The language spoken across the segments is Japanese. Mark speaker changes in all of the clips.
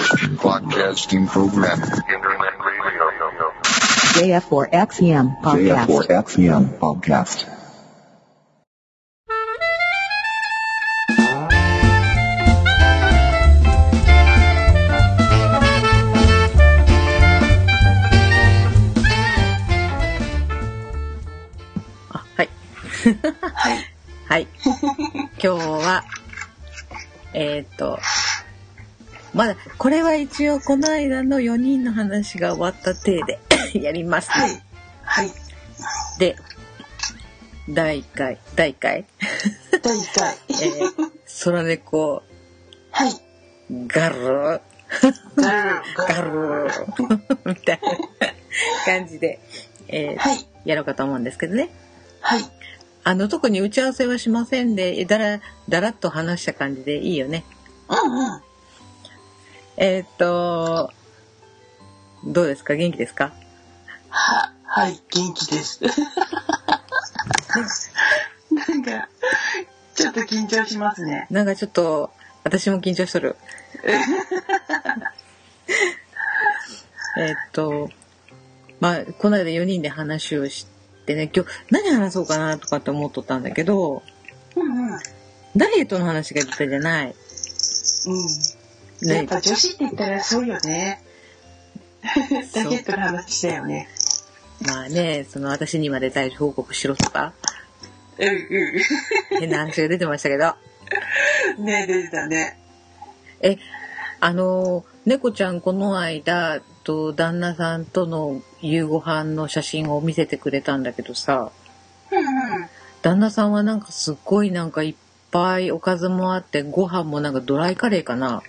Speaker 1: Podcasting program.
Speaker 2: Internet radio.
Speaker 3: JF4XEM Podcast.
Speaker 1: JF4XEM Podcast.
Speaker 4: あ、はい。 はい。今日は、えーっ、と、まだ、これは一応この間の4人の話が終わった体で やります。
Speaker 5: はい。はい。
Speaker 4: で、第1回、第1回、
Speaker 5: 第1回。
Speaker 4: えー、空猫、
Speaker 5: はい。
Speaker 4: ガルー、
Speaker 5: ガル
Speaker 4: ガルー、 みたいな感じで、えー
Speaker 5: はい。
Speaker 4: やろうかと思うんですけどね。
Speaker 5: はい。
Speaker 4: あの、特に打ち合わせはしませんで、だら、だらっと話した感じでいいよね。
Speaker 5: うんうん。
Speaker 4: えーっと、どうですか元気ですか
Speaker 5: は、はい。元気です。なんか、ちょっと緊張しますね。
Speaker 4: なんかちょっと、私も緊張しとる。えーっと、まあ、この間4人で話をしてね、今日何話そうかなとかって思っとったんだけど、
Speaker 5: うんうん。うん。
Speaker 4: ダイエットの話が出たじゃない。
Speaker 5: やっ
Speaker 4: ね、
Speaker 5: ぱ女子って言ったらそうよね。ダイエットの話だよね。
Speaker 4: まあね、その私にまで体重報告しろとか、
Speaker 5: うん
Speaker 4: 変な話が出てましたけど。
Speaker 5: うん。ね出てたね。
Speaker 4: あの、猫ちゃんこの間、と旦那さんとの夕ご飯の写真を見せてくれたんだけどさ、
Speaker 5: うんうん。
Speaker 4: 旦那さんはなんかすっごいなんかいっぱいおかずもあって、ご飯もなんかドライカレーかな。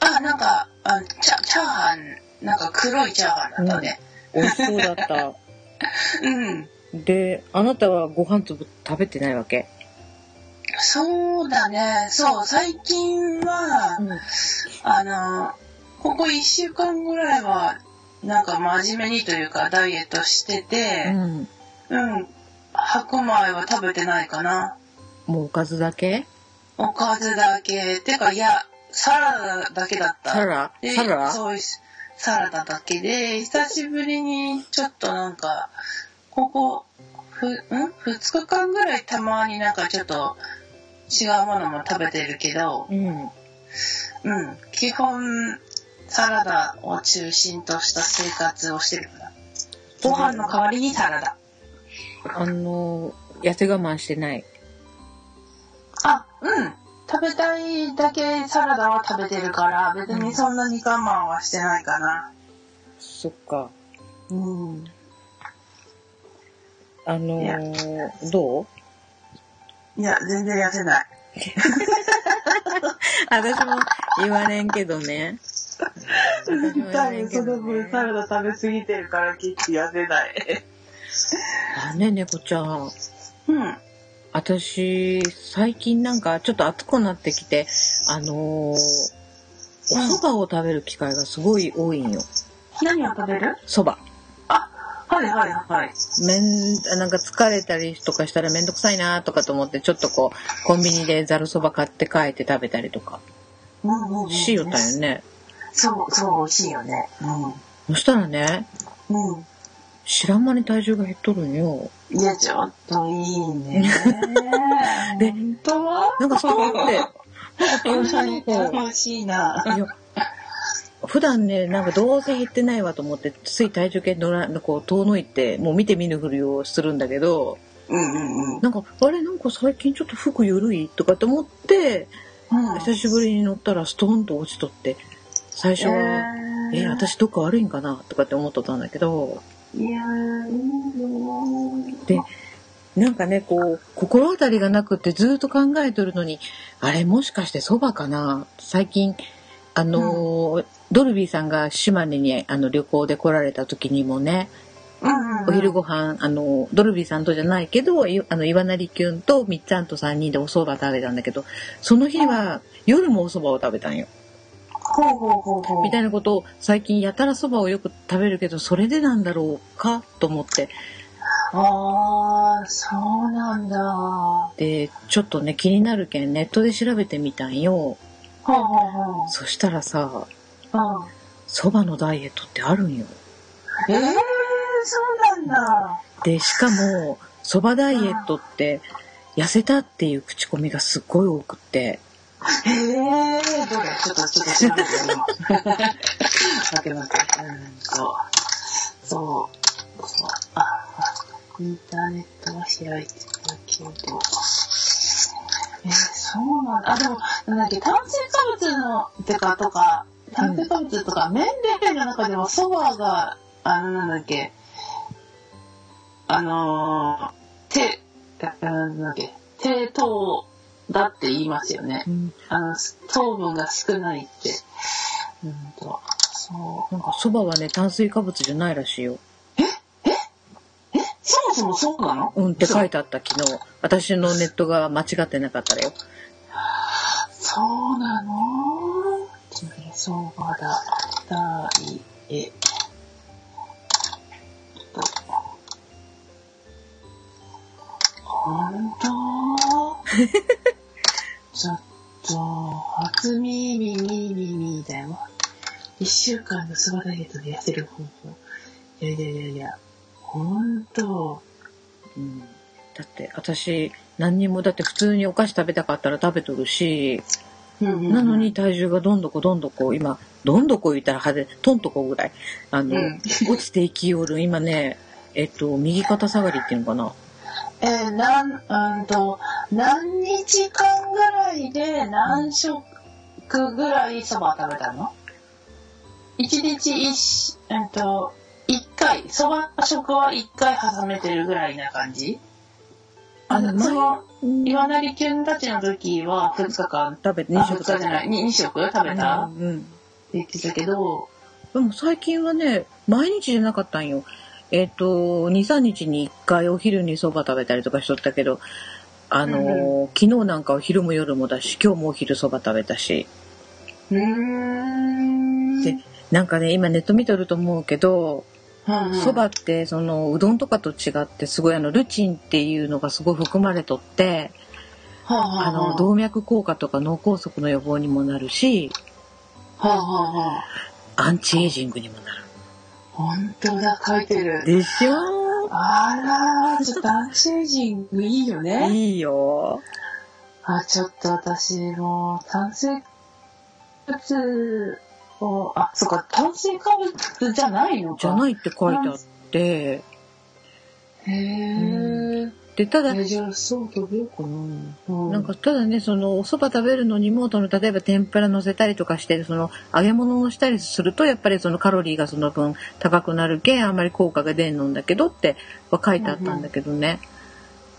Speaker 5: あ、なんか、あチャチャーハン、なんか黒いチャーハンだったね。
Speaker 4: 美味しそうだった。
Speaker 5: うん。
Speaker 4: で、あなたはご飯粒食べてないわけ。
Speaker 5: そうだね。そう、最近は、
Speaker 4: うん。
Speaker 5: あの、ここ1週間ぐらいは、なんか真面目にというか、ダイエットしてて、
Speaker 4: うん、
Speaker 5: うん、白米は食べてないかな。
Speaker 4: もうおかずだけ
Speaker 5: おかずだけ、てか、いや、サラダだけだった。
Speaker 4: サラ
Speaker 5: で
Speaker 4: サラ
Speaker 5: そうです。サラダだけで、久しぶりにちょっとなんか、ここ、ふ、ん ?2 日間ぐらいたまになんかちょっと違うものも食べてるけど、
Speaker 4: うん。
Speaker 5: うん、基本サラダを中心とした生活をしてるからご飯の代わりにサラダ
Speaker 4: あの、痩せ我慢してない。
Speaker 5: あうん食べたいだけサラダは食べてるから別にそんなに我慢はしてないかな
Speaker 4: そっか。
Speaker 5: うん
Speaker 4: あの
Speaker 5: いや
Speaker 4: どう
Speaker 5: いや全然痩せない
Speaker 4: 私も言われんけどね。私も言わ
Speaker 5: 多
Speaker 4: れん
Speaker 5: 分
Speaker 4: け
Speaker 5: そ
Speaker 4: ど
Speaker 5: の
Speaker 4: ね
Speaker 5: 分サラダ食べ過ぎてるからきっと痩せない
Speaker 4: あね、猫ちゃん。
Speaker 5: うん
Speaker 4: 私、最近なんかちょっと暑くなってきて、あのーお蕎麦を食べる機会がすごい多いんよ。
Speaker 5: 何を食べる
Speaker 4: 蕎麦。
Speaker 5: はいはいはい
Speaker 4: めん、なんか疲れたりとかしたらめんどくさいなとかと思って、ちょっとこう、コンビニでざる蕎麦買って帰って食べたりとか
Speaker 5: うんうんうん
Speaker 4: しよったんよね。
Speaker 5: そうそう美味しいよね
Speaker 4: そしたらね、
Speaker 5: うんうん
Speaker 4: 知らん間に体重が減っとるんよ。
Speaker 5: いや、ちょっといい ね。
Speaker 4: で
Speaker 5: 本当は
Speaker 4: なんかそう思って、
Speaker 5: 楽
Speaker 4: なんかこう
Speaker 5: しいな。
Speaker 4: いや普段ね、なんかどうせ減ってないわと思って、つい体重計乗ら、こう遠のいて、もう見て見ぬふりをするんだけど、
Speaker 5: うんうんうん。
Speaker 4: なんか、あれなんか最近ちょっと服緩いとかと思って、久しぶりに乗ったらストーンと落ちとって、最初は、え
Speaker 5: えー
Speaker 4: 私どっか悪いんかなとかって思っとったんだけど、
Speaker 5: いやー、いいよ
Speaker 4: でなんかね、こう、心当たりがなくってずっと考えとるのに、あれもしかしてそばかな最近、あのードルビーさんが島根にあの旅行で来られた時にもね、
Speaker 5: うんうん、
Speaker 4: お昼ご飯、あの、ドルビーさんとじゃないけど、いあの、岩成きゅんとみっちゃんと3人でお蕎麦食べたんだけど、その日は夜もお蕎麦を食べたんよ。
Speaker 5: ほうほうほうほう。
Speaker 4: みたいなことを最近やたら蕎麦をよく食べるけど、それでなんだろうかと思って、
Speaker 5: あー、そうなんだ。
Speaker 4: で、ちょっとね、気になるけんネットで調べてみたんよ。
Speaker 5: はあは
Speaker 4: そしたらさ、
Speaker 5: あはあ。
Speaker 4: 蕎麦のダイエットってあるんよ。
Speaker 5: ええー、そうなんだ。
Speaker 4: で、しかも、蕎麦ダイエットって、痩せたっていう口コミがすっごい多くって、
Speaker 5: ええー、どれちょっと、ちょっと調べてみます。待って待って。うんと、そう、そう、あ、インターネットは開いてるけど。えー、そうなんだ。あ、でも、なんだっけ、炭水化物の、てか、とか、炭水化物とか、麺類の中でもそばが、あの、なんだっけ、あのー、手、あなんだっけ、低糖だって言いますよね。あの、糖分が少ないって。うんと、そ
Speaker 4: なんか蕎麦はね、炭水化物じゃないらしいよ。
Speaker 5: う。えそもそもそうなの
Speaker 4: うんって書いてあった昨日。私のネットが間違ってなかったらよ。
Speaker 5: そうなのそうばだ、だい、え。ほん とちょっと、初耳に耳だよ。一週間のそばダイエットで痩せる方法。いやいやいやいや、ほんと。
Speaker 4: うん、だって私、何にも、だって普通にお菓子食べたかったら食べとるし、な
Speaker 5: な
Speaker 4: のに、体重がどんどこどんどこ、今、どんどこ言ったら派手、とんとこぐらい、あの、
Speaker 5: うん
Speaker 4: 落ちていきよる、今ね、えっと、右肩下がりっていうのかな。
Speaker 5: えー、なん、うんと、何日間ぐらいで何食ぐらいそば食べたの一日一、うんと、一回、そば食は一回挟めてるぐらいな感じあ
Speaker 4: あの
Speaker 5: の、その、
Speaker 4: うん
Speaker 5: 岩成キュンたちの時は二日間、
Speaker 4: 食べて、2
Speaker 5: あ二
Speaker 4: 食
Speaker 5: 日じゃない、二二食食べた
Speaker 4: う
Speaker 5: って
Speaker 4: んうん。
Speaker 5: 言ってたけど、
Speaker 4: でも最近はね、毎日じゃなかったんよ。えっと、2、3日に1回お昼にそば食べたりとかしとったけど、あのー昨日なんかは昼も夜もだし、今日もお昼そば食べたし、
Speaker 5: うーん。
Speaker 4: でなんかね、今ネット見とると思うけど、そば
Speaker 5: っ
Speaker 4: ってそのうどんとかと違ってすごいあのルチンっていうのがすごい含まれとってあの動脈硬化とか脳梗塞の予防にもなるし
Speaker 5: はあはあはあ。
Speaker 4: アンチエイジングにもなる。
Speaker 5: 本当だ、書いてる。
Speaker 4: でしょ
Speaker 5: あら、ちょっとアンチエイジングいいよね。
Speaker 4: いいよ。
Speaker 5: あ、ちょっと私も炭水化物を、あ、そっか、炭水化物じゃないのか。。
Speaker 4: じゃないいって書いてあって
Speaker 5: へ
Speaker 4: でただ
Speaker 5: え。じゃあ、そう食べようかな。う
Speaker 4: なんか、ただねそのおそば食べるのにもその例えば天ぷら乗せたりとかしてその揚げ物をしたりするとやっぱりそのカロリーがその分高くなるけんあんまり効果が出んのんだけどっては書いてあったんだけどね、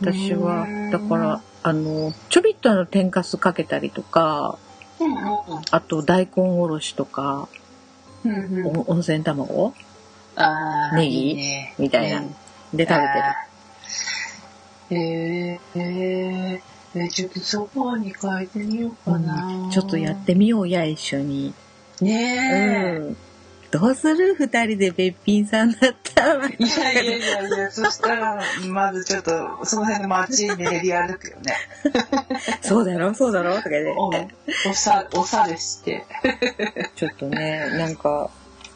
Speaker 4: 私は
Speaker 5: うん
Speaker 4: だからあのちょびっとあの天かすかけたりとか
Speaker 5: うんうん
Speaker 4: あと大根おろしとか、
Speaker 5: うんうん。
Speaker 4: お温泉卵
Speaker 5: ああ、
Speaker 4: ネギ
Speaker 5: いいね
Speaker 4: みたいな
Speaker 5: うん
Speaker 4: で食べてる
Speaker 5: えー、えー、えちょっとそばに変えてみようかな、
Speaker 4: うんちょっとやってみようや一緒に、
Speaker 5: ねえ、
Speaker 4: うんどうする二人でべっぴんさんだったら
Speaker 5: いやいやいやいや、そしたら、まずちょっと、その辺の街練り歩くよね。
Speaker 4: そうだろそうだろとかで、
Speaker 5: おおさ、おされして。
Speaker 4: ちょっとね、なんか、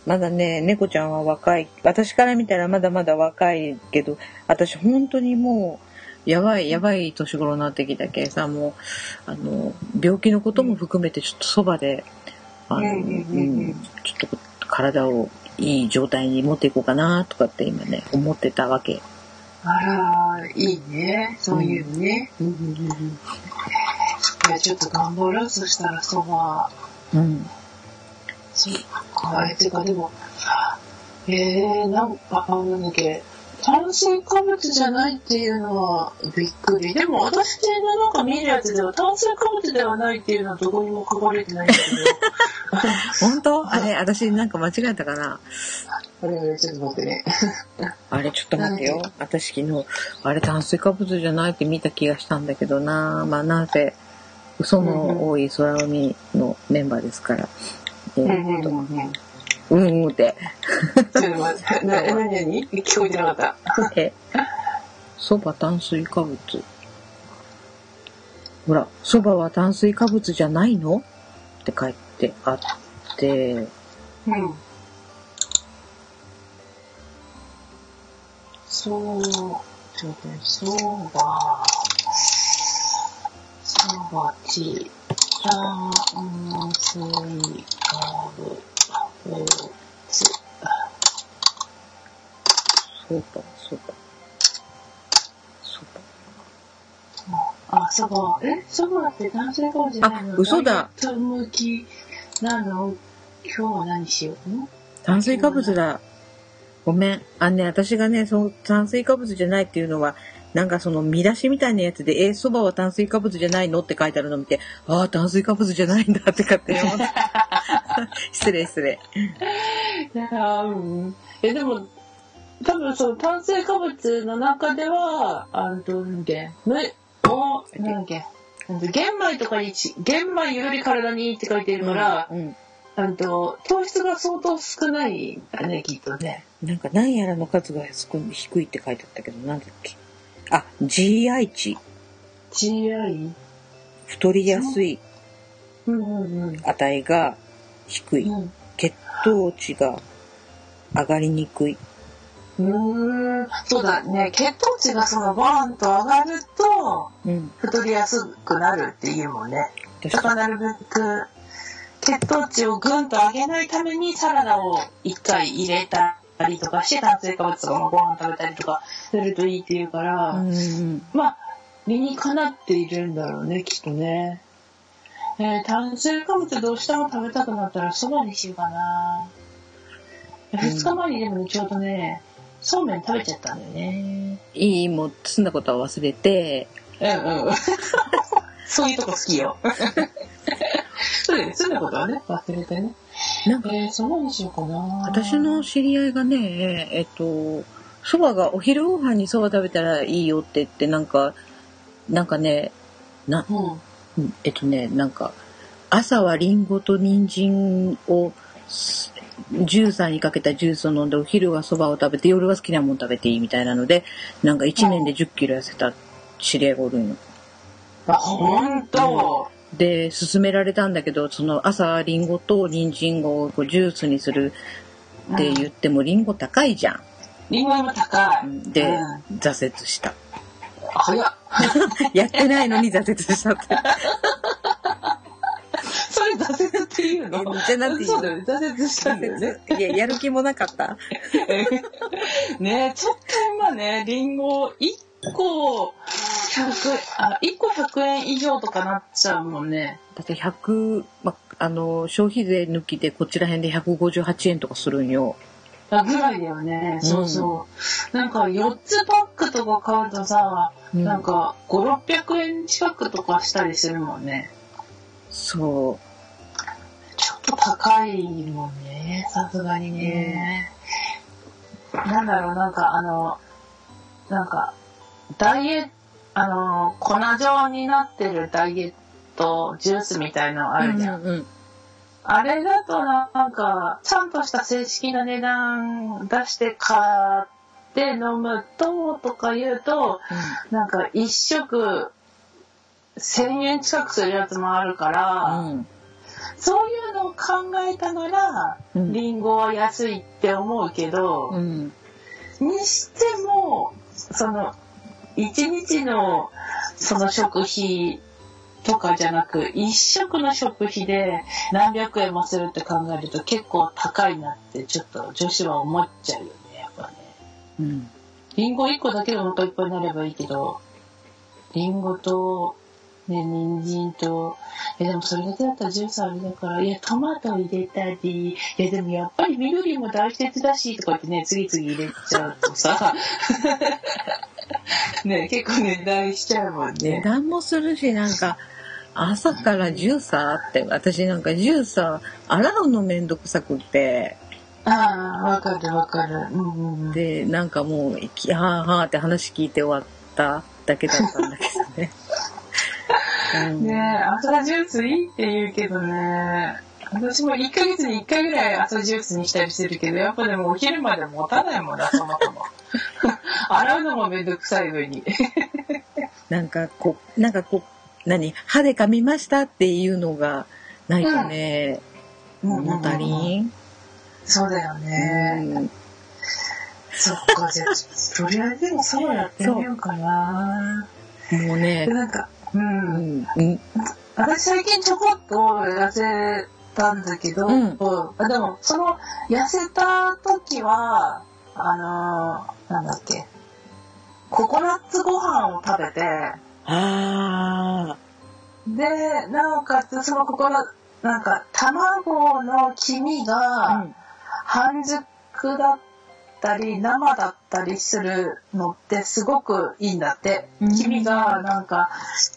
Speaker 4: まだね、猫ちゃんは若い。私から見たらまだまだ若いけど、私本当にもう、やばい、やばい年頃になってきたけさ、もう、あの、病気のことも含めて、ちょっとそばで、あの、
Speaker 5: う
Speaker 4: うん
Speaker 5: うんうんうん
Speaker 4: んちょっと体をいい状態に持っていこうかな、とかって今ね、思ってたわけ。
Speaker 5: あら、いいね。そういうね。うんうんうんうんいや、ちょっと頑張ろう。そしたら、そば、
Speaker 4: うん。
Speaker 5: そば、え、てか、でも、えー、なんか、あなんだっけ、炭水化物じゃないっていうのはびっくり。でも、私のなんか見るやつでは、炭水化物ではないっていうのはどこにも書かれてないんだけど。
Speaker 4: 本当あれ、私なんか間違えたかな。
Speaker 5: あれ、ちょっと待ってね。
Speaker 4: あれ、ちょっと待ってよ
Speaker 5: なん。
Speaker 4: 私昨日、あれ炭水化物じゃないって見た気がしたんだけどな。まあ、なぜ、嘘の多い空海のメンバーですから。え
Speaker 5: うん
Speaker 4: ーっ
Speaker 5: うんう
Speaker 4: と、
Speaker 5: んうん。
Speaker 4: うんうんって。
Speaker 5: ちょっと待って、な、な、なに聞こえてなかった。
Speaker 4: え、そば炭水化物。ほら、そばは炭水化物じゃないのって書いてあって、
Speaker 5: うん。そう、ちょっと待って、そうば、そうばち、ラーンスイカル、フルーツ、
Speaker 4: そうか、そうか。そうか。
Speaker 5: あ、そば、え、そばって男性かもしれないの
Speaker 4: あ嘘だ
Speaker 5: ダイエット向きなの、今日は何しようん
Speaker 4: 炭水化物だ。ごめん。あのね、私がね、その炭水化物じゃないっていうのは、なんかその見出しみたいなやつで、え、そばは炭水化物じゃないのって書いてあるの見て、ああ、炭水化物じゃないんだって勝 手に思った。失礼失礼。
Speaker 5: いやーうん。え、でも、多分その炭水化物の中では、あの、どうなんだっけ、む、お、なんだっけ、なんだっけ玄米とかにち、玄米より体にいいって書いてるから、
Speaker 4: うん。
Speaker 5: あのと、糖質が相当少ないんだね、きっとね。
Speaker 4: なんか何やらの数が少ん低いって書いてあったけど、なんだっけ。あ、GI 値。
Speaker 5: GI?
Speaker 4: 太りやすい
Speaker 5: うんうんうん。
Speaker 4: 値が低い。
Speaker 5: うん
Speaker 4: 血糖値が上がりにくい。
Speaker 5: うーん、そうだね。血糖値がそのバーンと上がると、
Speaker 4: うん。
Speaker 5: 太りやすくなるっていうもんね。
Speaker 4: 確か
Speaker 5: だからなるべく血糖値をぐんと上げないためにサラダを一回入れたりとかして炭水化物とかもご飯食べたりとかするといいっていうから、
Speaker 4: うんうん
Speaker 5: まあ理にかなっているんだろうねきっとね。えー炭水化物どうしても食べたくなったらそばにしようかな。2日前にでもちょうどね、そうめん食べちゃったんだよね。
Speaker 4: いい、もう、包んだことは忘れて、
Speaker 5: うん うん。そういうとこ好きよ。そうだよね、そんなことはね、忘れてね。
Speaker 4: なんか、
Speaker 5: えー、そんなにしようかな。
Speaker 4: 私の知り合いがね、えっと、そばが、お昼ご飯にそば食べたらいいよって言って、なんか、なんかね、な、
Speaker 5: うん。
Speaker 4: うんえっとね、なんか、朝はリンゴと人参を、すジューサーにかけたジュースを飲んで、お昼はそばを食べて、夜は好きなもの食べていいみたいなので、なんか1年で10キロ痩せた知り合いがおるんよ。
Speaker 5: あ、ほんと。
Speaker 4: で勧められたんだけどその朝リンゴと人参をこうジュースにするって言ってもリンゴ高いじゃ
Speaker 5: リンゴも高い。
Speaker 4: ん。で
Speaker 5: うん
Speaker 4: 挫折した。
Speaker 5: 早っ。
Speaker 4: やってないのに挫折した って。
Speaker 5: それ挫折っていうの
Speaker 4: じゃ なくていい
Speaker 5: そうだよね。挫折したんだ よね。
Speaker 4: いややる気もなかった。
Speaker 5: ねちょっと今ね、リンゴ1個100あ、1個100円以上とかなっちゃうもんね。
Speaker 4: だって100、ま、あの消費税抜きでこちら辺で158円とかするんよ。
Speaker 5: あぐらいだよね。そうそう。なんか4つパックとか買うとさ、
Speaker 4: うん
Speaker 5: なんか5、600円近くとかしたりするもんね。
Speaker 4: そ
Speaker 5: ちょっと高いもんね、さすがにね。なんだろう、なんかあの、なんか、ダイエット、あの、粉状になってるダイエットジュースみたいの
Speaker 4: う。
Speaker 5: あるじゃん。
Speaker 4: うんうん
Speaker 5: あれだとなんか、ちゃんとした正式な値段出して買って飲むと、とか言うと、なんか一食1000円近くするやつもあるから、
Speaker 4: うん。
Speaker 5: そういうのを考えたなら、
Speaker 4: うん
Speaker 5: リンゴは安いって思うけ
Speaker 4: う
Speaker 5: ど、
Speaker 4: ん。
Speaker 5: にしても、その、一日の、その食費とかじゃなく、一食の食費で何百円もするって考えると結構高いなって、ちょっと女子は思っちゃうよね、やっぱね。
Speaker 4: うん。
Speaker 5: リンゴ1個だけでお腹いっぱいになればいいけど、リンゴと、ね、人参と、え、でもそれだけだったらジュースあれだから、いや、トマト入れたり、いや、でもやっぱり緑も大切だし、とか言ってね、次々入れちゃうとさ、ね、結構値段しちゃうもん
Speaker 4: 値
Speaker 5: ね。
Speaker 4: 段もするしなんか朝からジューサーって私なんかジューサー洗うのめんどくさくって。
Speaker 5: ああ、わかるわかる。うんうんうん。
Speaker 4: でなんかもうきはあはあって話聞いて終わっただけだったんだけど ね。うん
Speaker 5: ねえ、朝ジュースいいって言うけどね。私も1ヶ月に1回ぐらい朝ジュースにしたりするけど、やっぱでもお昼まで持たないもんな、そ もそも。洗うのもめんどくさい上に。
Speaker 4: なんかこうなんかこう何歯で噛みましたっていうのがないとね、物足りん。
Speaker 5: そうだよね。
Speaker 4: うん
Speaker 5: そっか、じゃあ、とりあえずでもソロやってみようかな。
Speaker 4: もうね
Speaker 5: で、、なんか、う。
Speaker 4: うんん、うん、
Speaker 5: 私最近ちょこっと痩せたんだけど、
Speaker 4: うん
Speaker 5: あでも、その、痩せた時は、あのーなんだっけ、ココナッツご飯を食べて、
Speaker 4: あ
Speaker 5: で、なおかつ、そのココナッツ、なんか、卵の黄身
Speaker 4: あ、
Speaker 5: が
Speaker 4: うん、
Speaker 5: 半熟だったり、生だったりするのってすごくいいんだって。
Speaker 4: うん
Speaker 5: 黄身が、なんか、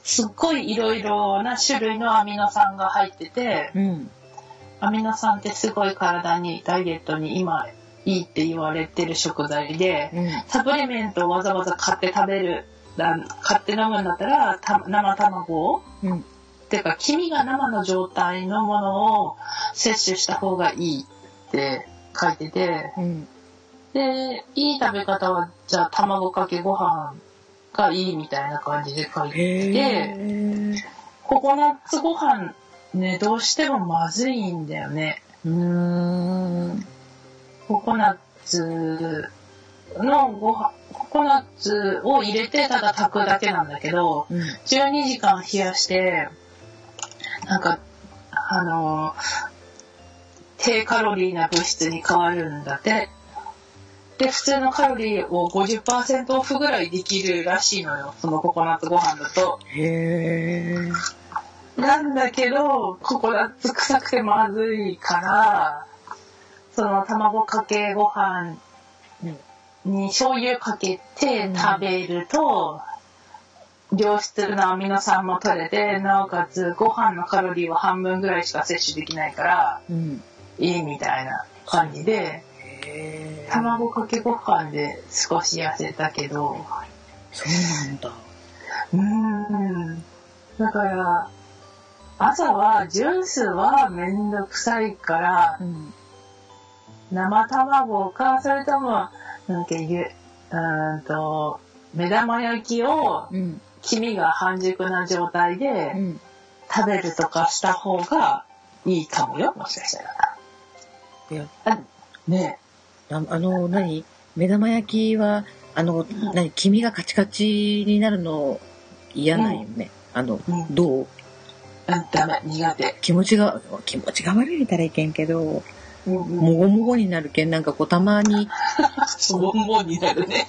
Speaker 5: すっごいいろいろな種類のアミノ酸が入ってて、
Speaker 4: うん、
Speaker 5: アミノ酸ってすごい体に、ダイエットに今、いいって言われてる食材で、
Speaker 4: うん、
Speaker 5: サプリメントをわざわざ買って食べる、だ買って飲むんだったら、た生卵を、
Speaker 4: うん
Speaker 5: っていうか、黄身が生の状態のものを摂取した方がいいって書いてて、
Speaker 4: うん、
Speaker 5: で、いい食べ方は、じゃあ卵かけご飯がいいみたいな感じで書いて
Speaker 4: へえ。
Speaker 5: ココナッツご飯ね、どうしてもまずいんだよね。
Speaker 4: うーん、
Speaker 5: ココナッツのご飯、ココナッツを入れてただ炊くだけなんだけど、
Speaker 4: うん、
Speaker 5: 12時間冷やして、なんか、あのー低カロリーな物質に変わるんだって。で、普通のカロリーを50%オフぐらいできるらしいのよ、そのココナッツご飯だと。
Speaker 4: へえ。
Speaker 5: なんだけど、ココナッツ臭くてまずいから、その卵かけご飯に醤油かけて食べると、良質なアミノ酸も取れて、なおかつご飯のカロリーは半分ぐらいしか摂取できないから、
Speaker 4: うん。
Speaker 5: いいみたいな感じで、
Speaker 4: へえ。
Speaker 5: 卵かけご飯で少し痩せたけど、
Speaker 4: そうなんだ。
Speaker 5: うーんだから、朝はジュースはめんどくさいから
Speaker 4: う、ん。
Speaker 5: 生卵か、それとも、なんかゆ、うーんと、目玉焼きを
Speaker 4: うん。
Speaker 5: 黄身が半熟な状態
Speaker 4: う
Speaker 5: で
Speaker 4: ん。
Speaker 5: 食べるとかした方がいいかもよ、もしかしたら。
Speaker 4: いや、
Speaker 5: ね
Speaker 4: ああの、何目玉焼きは、あの、何黄身がカチカチになるの嫌なんよね。あの、
Speaker 5: うん
Speaker 4: どう
Speaker 5: え、うん、ダメ、苦手。
Speaker 4: 気持ちが、気持ちが悪い言ったらいけんけど、
Speaker 5: うんうん、
Speaker 4: もごもごになるけん、なんかこうたまに、
Speaker 5: ボンボンになるね。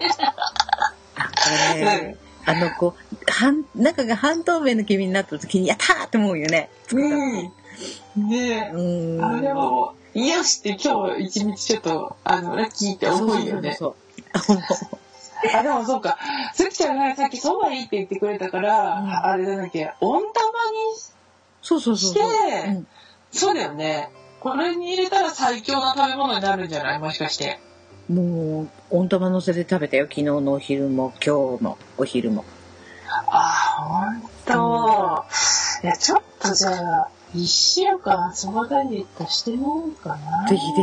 Speaker 4: あ、これ、あの、こう、半、中が半透明の黄身になった時に、やったーって思うよね。
Speaker 5: うん。ねえ
Speaker 4: う。ーん。
Speaker 5: あれはもう、癒して今日一日ちょっと、あの、ラッキーって思うよね。
Speaker 4: そうそうそうそう。
Speaker 5: あ、でもそうか。すきちゃんがさっきそばいいって言ってくれたから、
Speaker 4: うん
Speaker 5: あれなんだっけ、温玉に、
Speaker 4: そうそうそうそう。
Speaker 5: して
Speaker 4: うん
Speaker 5: そうだよね。これに入れたら最強な食べ物になるんじゃないもしかして。
Speaker 4: もう、温玉乗せて食べたよ。昨日のお昼も、今日も、お昼も。
Speaker 5: あー、ほんと。いや、ちょっとじゃあ、一週間そばダイエットしてみようかな。
Speaker 4: ぜひぜ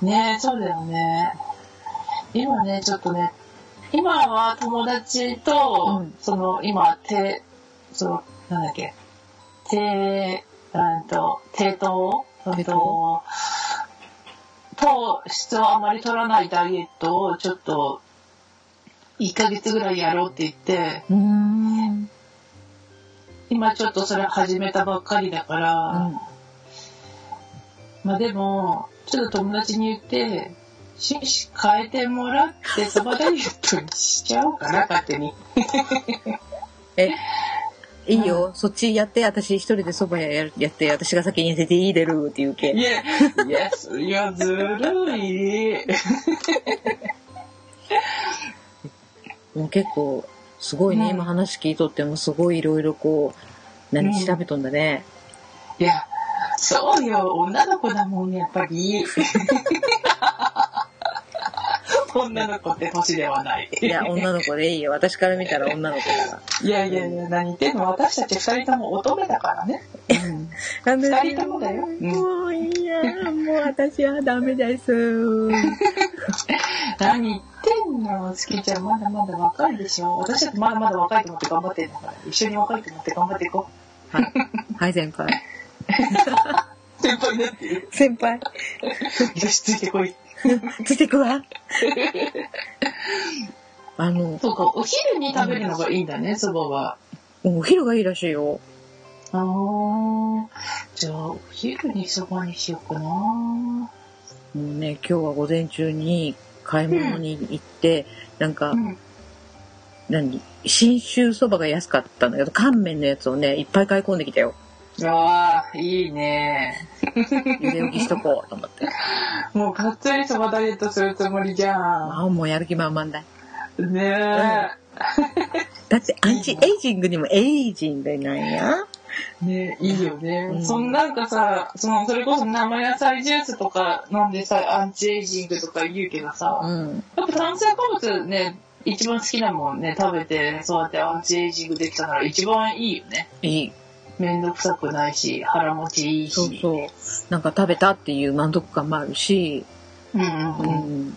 Speaker 5: ひ。ねえ、そうだよね。今ね、ちょっとね、今は友達と、
Speaker 4: うん
Speaker 5: その、今、て、その、なんだっけ、て、うんと、低糖うん
Speaker 4: 低
Speaker 5: と
Speaker 4: 糖、
Speaker 5: 糖質をあまり取らないダイエットをちょっと、1ヶ月ぐらいやろうって言って、
Speaker 4: うーん。
Speaker 5: 今ちょっとそれ始めたばっかりだから、まあでも、ちょっと友達に言って、趣旨変えてもらって、そばダイエットにしちゃおうかな、勝手に。
Speaker 4: え、いいよ。そっちやって、私一人で蕎麦やるやって、私が先に痩せていいでるって言うけ。
Speaker 5: いや、いや、すいや、ずるい。
Speaker 4: もう結構、すごいね、
Speaker 5: うん
Speaker 4: 今話聞いとっても、すごいいろいろこう、何
Speaker 5: うん
Speaker 4: 調べとんだね。
Speaker 5: いや、そうよ、女の子だもん、やっぱり。女の子って年ではない。
Speaker 4: いや、女の子でいいよ。私から見たら女の子だから。
Speaker 5: いやいやいや、何言ってんの私たち二人とも乙女だからね。うん
Speaker 4: なんで
Speaker 5: 二人ともだようん
Speaker 4: もういいや。もう私はダメです。
Speaker 5: 何言ってんのスキちゃんまだまだ若いでしょ私だってまだまだ若いと思って頑張ってんだから一緒に若いと思って頑張っていこ
Speaker 4: はい、はい、先輩。
Speaker 5: う先輩になってる。
Speaker 4: 先輩、
Speaker 5: よし、ついてこい。
Speaker 4: ついてく わ。あの、
Speaker 5: そうか、お昼に食べるのがいいんだね、そばは。
Speaker 4: お昼がいいらしいよ。
Speaker 5: あー。じゃあ、お昼にそばにしようかな。
Speaker 4: もうね、今日は午前中に買い物に行って、なんか、
Speaker 5: うん。
Speaker 4: 何信州そばが安かったんだけど、乾麺のやつをね、いっぱい買い込んできたよ。
Speaker 5: あー、いいね。
Speaker 4: 茹で置きしとこうと思 って。
Speaker 5: もうがっつりそばダイエットするつもりじゃ
Speaker 4: ああ、もうやる気満々だ。
Speaker 5: ん。ね
Speaker 4: だってアンチエイジングにもエイジングなんや。
Speaker 5: え。ねえ、いいよね。
Speaker 4: うん
Speaker 5: そんなんかさ、その、それこそ生野菜ジュースとか飲んでさ、アンチエイジングとか言うけどさ、
Speaker 4: うん。
Speaker 5: やっぱ炭水化物ね、一番好きなもんね、食べて、そうやってアンチエイジングできたなら一番いいよね。
Speaker 4: いい。
Speaker 5: めんどくさくないし、腹持ちいいし。
Speaker 4: そうそう。なんか食べたっていう満足感もあるし。
Speaker 5: うんうん
Speaker 4: う
Speaker 5: うん。
Speaker 4: ん。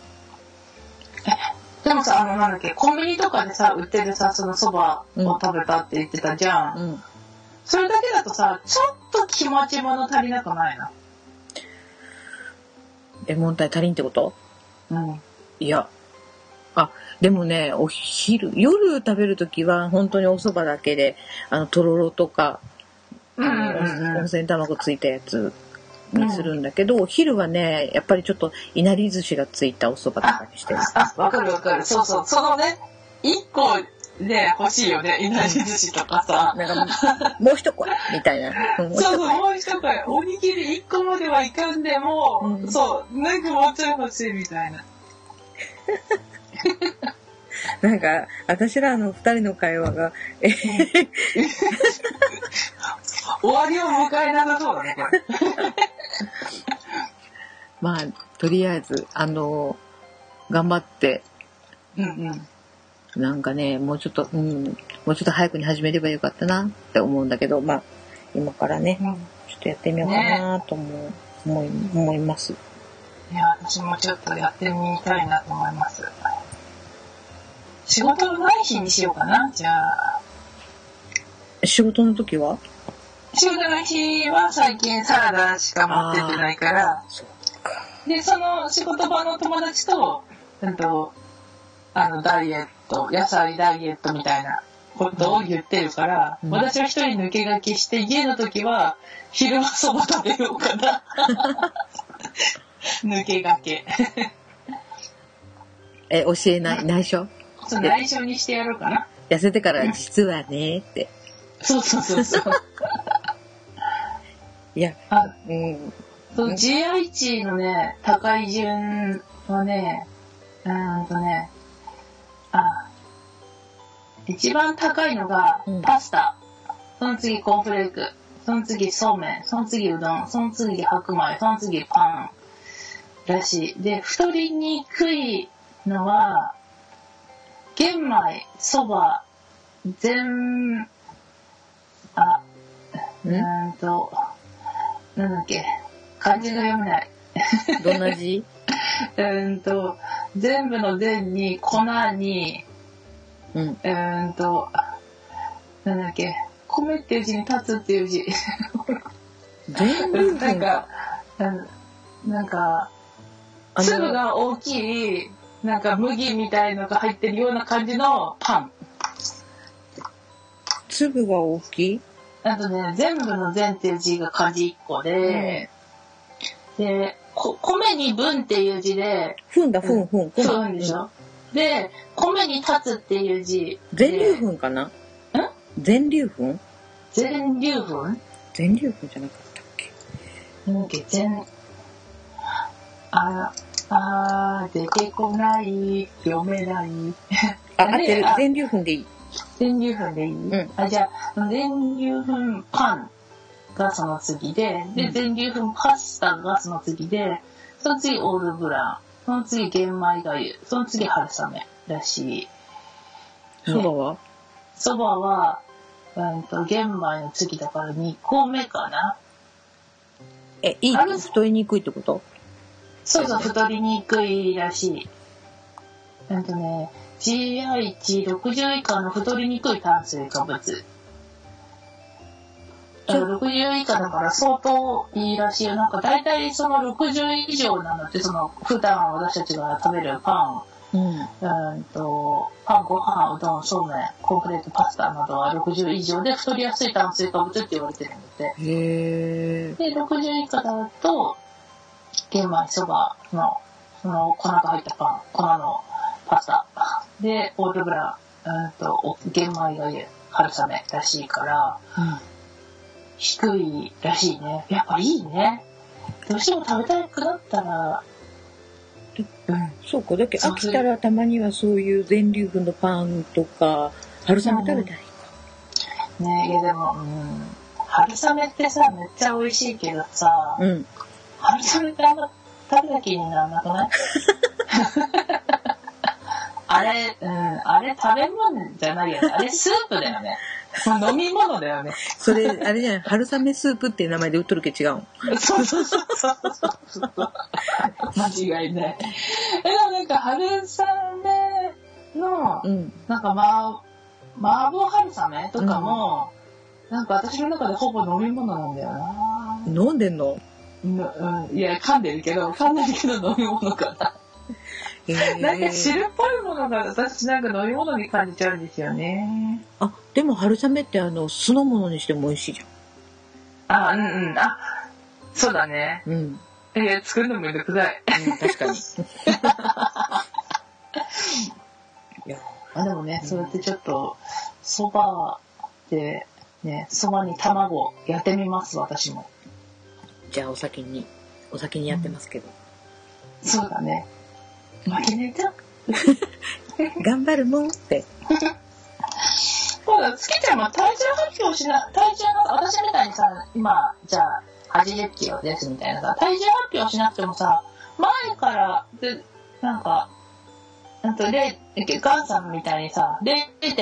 Speaker 5: でもさ、あの、なんだっけ、コンビニとかでさ、売ってるさ、そのそばを食べたって言ってたじゃん。
Speaker 4: うん。
Speaker 5: それだけだとさ、ちょっと気持ち物足りなくないな。
Speaker 4: え、問題足りんってこと
Speaker 5: うん。
Speaker 4: いや。あ、でもね、お昼、夜食べるときは本当にお蕎麦だけで、あの、とろろとか、
Speaker 5: うんうん
Speaker 4: 温
Speaker 5: うん。
Speaker 4: 泉卵ついたやつにするんだけど、お昼はね、やっぱりちょっといなり寿司がついたお蕎麦とかにしてる。
Speaker 5: あ、わかるわかる。そうそう。そのね、一個ね、欲しいよね。いなり寿司とかさ。
Speaker 4: なんかもう、もう一声みたいな。うんもう一
Speaker 5: そう
Speaker 4: 声
Speaker 5: そう、もう一回。おにぎり一個まではいかんでも、
Speaker 4: うん
Speaker 5: そう、なんかもうちょい欲しいみたいな。
Speaker 4: なんか、私らの二人の会話が、え
Speaker 5: 終わりを迎えなさそうだね、これ。
Speaker 4: まあ、とりあえず、あの、頑張って、
Speaker 5: うんうん。
Speaker 4: なんかね、もうちょっと、うん、もうちょっと早くに始めればよかったなって思うんだけど、まあ、今からね、ちょっとやってみようかなと思う、思い、思います。
Speaker 5: いや、私もちょっとやってみたいなと思います。仕事のない日にしようかな、じゃあ。
Speaker 4: 仕事の時は
Speaker 5: 仕事の日は最近サラダしか持ってってないから、
Speaker 4: そう。
Speaker 5: で、その仕事場の友達と、うんと、あの、ダイエット、野菜ダイエットみたいなことを言ってるから、
Speaker 4: うん
Speaker 5: 私は一人抜け書きして、家の時は昼はそば食べようか な。抜け書 け。
Speaker 4: え、教えない、内緒
Speaker 5: そう内緒にしてやろうかな。
Speaker 4: 痩せてから実はね、って。
Speaker 5: そうそうそうそう。
Speaker 4: いや、
Speaker 5: あ
Speaker 4: うん、
Speaker 5: そう、GI 値のね、高い順のね、うーんとね、あ、一番高いのが
Speaker 4: うん
Speaker 5: パスタ、その次コーンフレーク、その次そうめん、その次うどん、その次白米、その次パンらしい。で、太りにくいのは、玄米、そば、全、あ、う
Speaker 4: うん
Speaker 5: ーんと、なんだっけ、漢字が読めない。
Speaker 4: どんな 字
Speaker 5: うーんと、全部の全に、粉に、
Speaker 4: うん。
Speaker 5: うーんと、なんだっけ、米っていう字に立つっていう字。
Speaker 4: 全部
Speaker 5: なんか、うんなんか、
Speaker 4: あの
Speaker 5: 粒が大きい、なんか麦みたいのが入ってるような感じのパン。
Speaker 4: 粒が大きい
Speaker 5: あとね、全部の全っていう字が漢字1個で、で、こ米に分っていう字で、
Speaker 4: ふんだ、ふん、ふん、ふん。
Speaker 5: そうなんでしょ、で、米に立つっていう字。
Speaker 4: 全
Speaker 5: で
Speaker 4: 粒粉かな全粒粉
Speaker 5: 全粒粉
Speaker 4: 全粒粉じゃなかったっけ
Speaker 5: なんだっけ、全、あ、あー、出てこない、読めない。
Speaker 4: あ、
Speaker 5: あ
Speaker 4: 合っ
Speaker 5: れ
Speaker 4: てる
Speaker 5: あ。
Speaker 4: 全粒粉でいい。
Speaker 5: 全粒粉でいい、
Speaker 4: ん
Speaker 5: あ、じゃあ、全粒粉パンがその次で、で、
Speaker 4: うん
Speaker 5: 全粒粉パスタがその次で、その次オールブラン、その次玄米がゆ、その次春雨らしい。
Speaker 4: そばは
Speaker 5: そばは、うんと、玄米の次だから2個目かな。
Speaker 4: え、いい
Speaker 5: ある
Speaker 4: 太りにくいってこと
Speaker 5: そうそう、太りにくいらしい。うんとね、GI 値60以下の太りにくい炭水化物。けど60以下だから相当いいらしいよ。なんか大体その60以上なのって、その普段私たちが食べるパ
Speaker 4: うん。
Speaker 5: ン、うーんと、パン、ご飯、うどん、そうめん、コーンフレート、パスタなどは60以上で太りやすい炭水化物って言われてるんだって。
Speaker 4: へえ。
Speaker 5: で、60以下だと、玄米、そばの、その粉が入ったパン、粉のパスタ。で、オールブラ、うーんと、お玄米が春雨らしいから、低いらしいね。やっぱいいね。どうしても食べたくなったら、
Speaker 4: うん。そうか。だけど飽きたらたまにはそういう全粒粉のパンとか、春雨食べたい。
Speaker 5: ね、いやでも、うん、春雨ってさ、めっちゃ美味しいけどさ、
Speaker 4: うん。
Speaker 5: 春雨ってあんま食べた気にならなくないあれ、うん、あれ食べ物じゃないよね。あれスープだよね。もう飲み物だよね。
Speaker 4: それ、あれ じゃない、春雨スープっていう名前で売っとるけど違うん。
Speaker 5: そうそうそうそうそう。間違いない。え、でもなんか春雨の、
Speaker 4: うん。
Speaker 5: なんかまあ、麻婆春雨とかも、なんか私の中でほぼ飲み物なんだよな。
Speaker 4: 飲んでんの
Speaker 5: うんうん、いや、噛んでるけど、噛んでるけど飲み物かな。
Speaker 4: へえ
Speaker 5: なんか汁っぽいものが私なんか飲み物に感じちゃうんですよね。
Speaker 4: あ、でも春雨ってあの、酢の物にしても美味しいじゃ
Speaker 5: あ、うんうん、あ、そうだね。
Speaker 4: ん。うん。
Speaker 5: え作るのめんどくさい。
Speaker 4: 確 かに。
Speaker 5: あでもね、そうやってちょっと、そばで、ね、そばに卵やってみます、私も。
Speaker 4: じゃあお先に、お先にやってますけど。
Speaker 5: そうだね。負けねえじゃん。
Speaker 4: 頑張るもんって。
Speaker 5: そうだ、つけちゃんも体重発表しな、体重の、私みたいにさ、今、じゃあ、80キロですみたいなさ、体重発表しなくてもさ、前から、で、なんか、あと、で、ガンさんみたいにさ、0.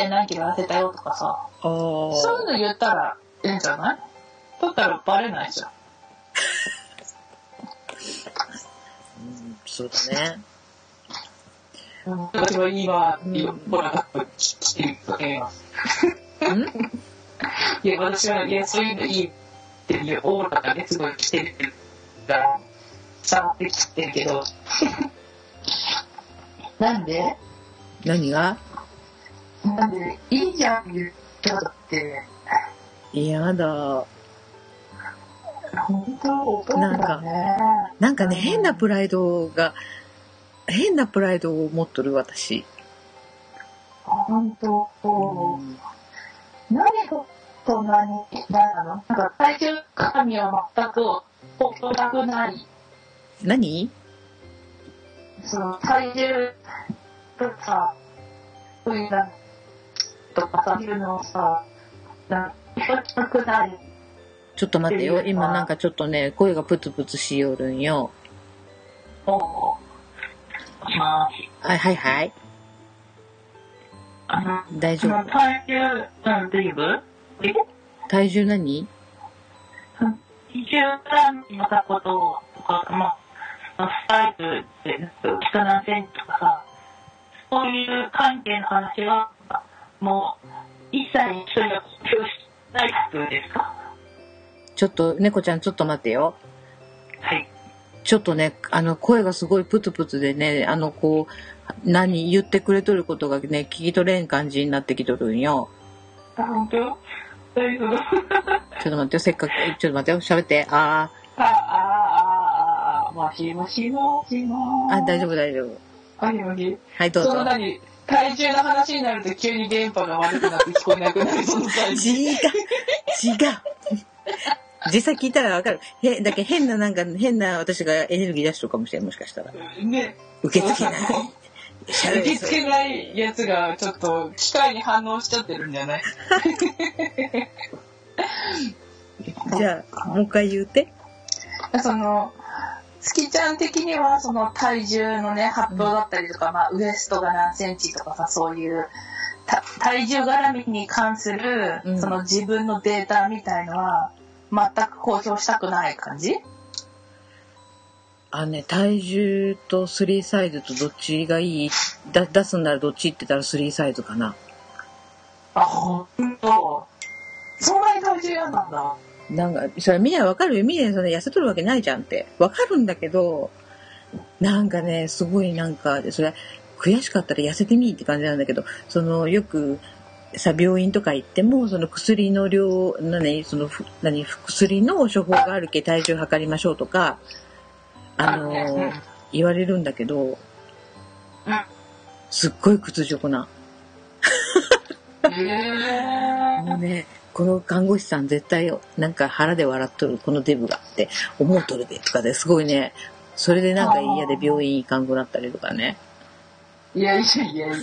Speaker 5: 何キロ痩せたよとかさ、
Speaker 4: ああ
Speaker 5: そういうの言ったら、いいんじゃないだったらバレないじゃん。
Speaker 4: そうだね。
Speaker 5: 私は今、ほら、来てると思います。いや、私は、いや、そういうのいいっていうオーラがね、すごい来てるから、伝わってきてるけど。なんで
Speaker 4: 何が
Speaker 5: なんで、いいじゃん、言ったのって、
Speaker 4: いややだ。
Speaker 5: 本当、お父さんだね。
Speaker 4: なんかね、変なプライドが、変なプライドを持っとる私。
Speaker 5: 本当、何がそんなに嫌なのなんか体重管理は全く起らなくない。
Speaker 4: 何
Speaker 5: その体重とさ、そういうなんとかさ、いうのをさ、なんかくない。
Speaker 4: ちょっと待ってよ。今なんかちょっとね、声がプツプツしよるんよ。
Speaker 5: もう、ま
Speaker 4: あはいはい。
Speaker 5: あ、あの、
Speaker 4: 大
Speaker 5: そ
Speaker 4: 丈
Speaker 5: の
Speaker 4: 夫。
Speaker 5: 体重、うん、デイブえ
Speaker 4: 体重何
Speaker 5: 体重管理のこととか、まあ、スタイルって、なんか、北南線とかさ、そういう関係の話は、もう、一切それは公表しないってことですか
Speaker 4: ちょっと、猫ちゃんちょっと待ってよ。
Speaker 5: はい。
Speaker 4: ちょっとね、あの、声がすごいプツプツでね、あの、こう、何言ってくれとることがね、聞き取れん感じになってきとるんよ。
Speaker 5: あ、本当大丈
Speaker 4: ちょ
Speaker 5: 夫
Speaker 4: っと待ってよ、せっかく、ちょっと待ってよ、喋って。あ
Speaker 5: あ、あ、あ、あ、あ、もしもしもしも
Speaker 4: ー、あ、大丈夫、大丈夫。
Speaker 5: 夫。もしもし。
Speaker 4: はい、どう
Speaker 5: そ
Speaker 4: ぞ。
Speaker 5: の何体重の話になると急に電波が悪くなって聞こえなくなるその 感じ。
Speaker 4: 違う、違う。実際聞いたらわかる。へ、だけど変ななんか、変な私がエネルギー出しとるかもしれん、もしかしたら。
Speaker 5: ね。
Speaker 4: 受け付け ない。
Speaker 5: 受け付けないやつがちょっと機械に反応しちゃってるんじゃない
Speaker 4: じゃあ、もう一回言うて。
Speaker 5: その、月ちゃん的には、その体重のね、発表だったりとか、まあ、ウエストが何センチとかさ、そういう、た体重絡みに関する、
Speaker 4: うん
Speaker 5: その自分のデータみたいのは、全く公表したくない感じ
Speaker 4: あのね、体重とスリーサイズとどっちがいいだ出すんならどっちって言ったらスリーサイズかな。
Speaker 5: あ、ほんと。そんなに体重嫌なんだ。
Speaker 4: なんか、それみんなわかるよ。みんなそんな痩せとるわけないじゃんって。わかるんだけど、なんかね、すごいなんか、それ、悔しかったら痩せてみーって感じなんだけど、その、よく、さ、病院とか行っても、その薬の量、何、その、ふ何、薬の処方があるけ体重測りましょうとか、あの
Speaker 5: うん、
Speaker 4: 言われるんだけど、
Speaker 5: うん
Speaker 4: すっごい屈辱な。
Speaker 5: へ
Speaker 4: もうね、この看護師さん絶対なんか腹で笑っとる、このデブがって思うとるでとかですごいね、それでなんか嫌で病院行かんくなったりとかね。
Speaker 5: え。いやいやいやいや。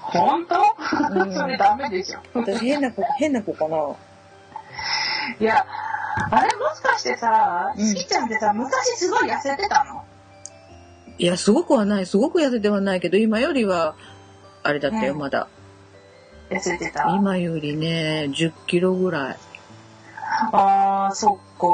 Speaker 5: 本当、
Speaker 4: うん
Speaker 5: それダメでしょ。
Speaker 4: 私変な子、変な子かな。
Speaker 5: いや、あれもしかしてさ、
Speaker 4: うん
Speaker 5: スキちゃんってさ、昔すごい痩せてたの
Speaker 4: いや、すごくはない、すごく痩せてはないけど、今よりは、あれだったよ、
Speaker 5: うん
Speaker 4: まだ。
Speaker 5: 痩せてた。
Speaker 4: 今よりね、10キロぐらい。、
Speaker 5: あー、そっか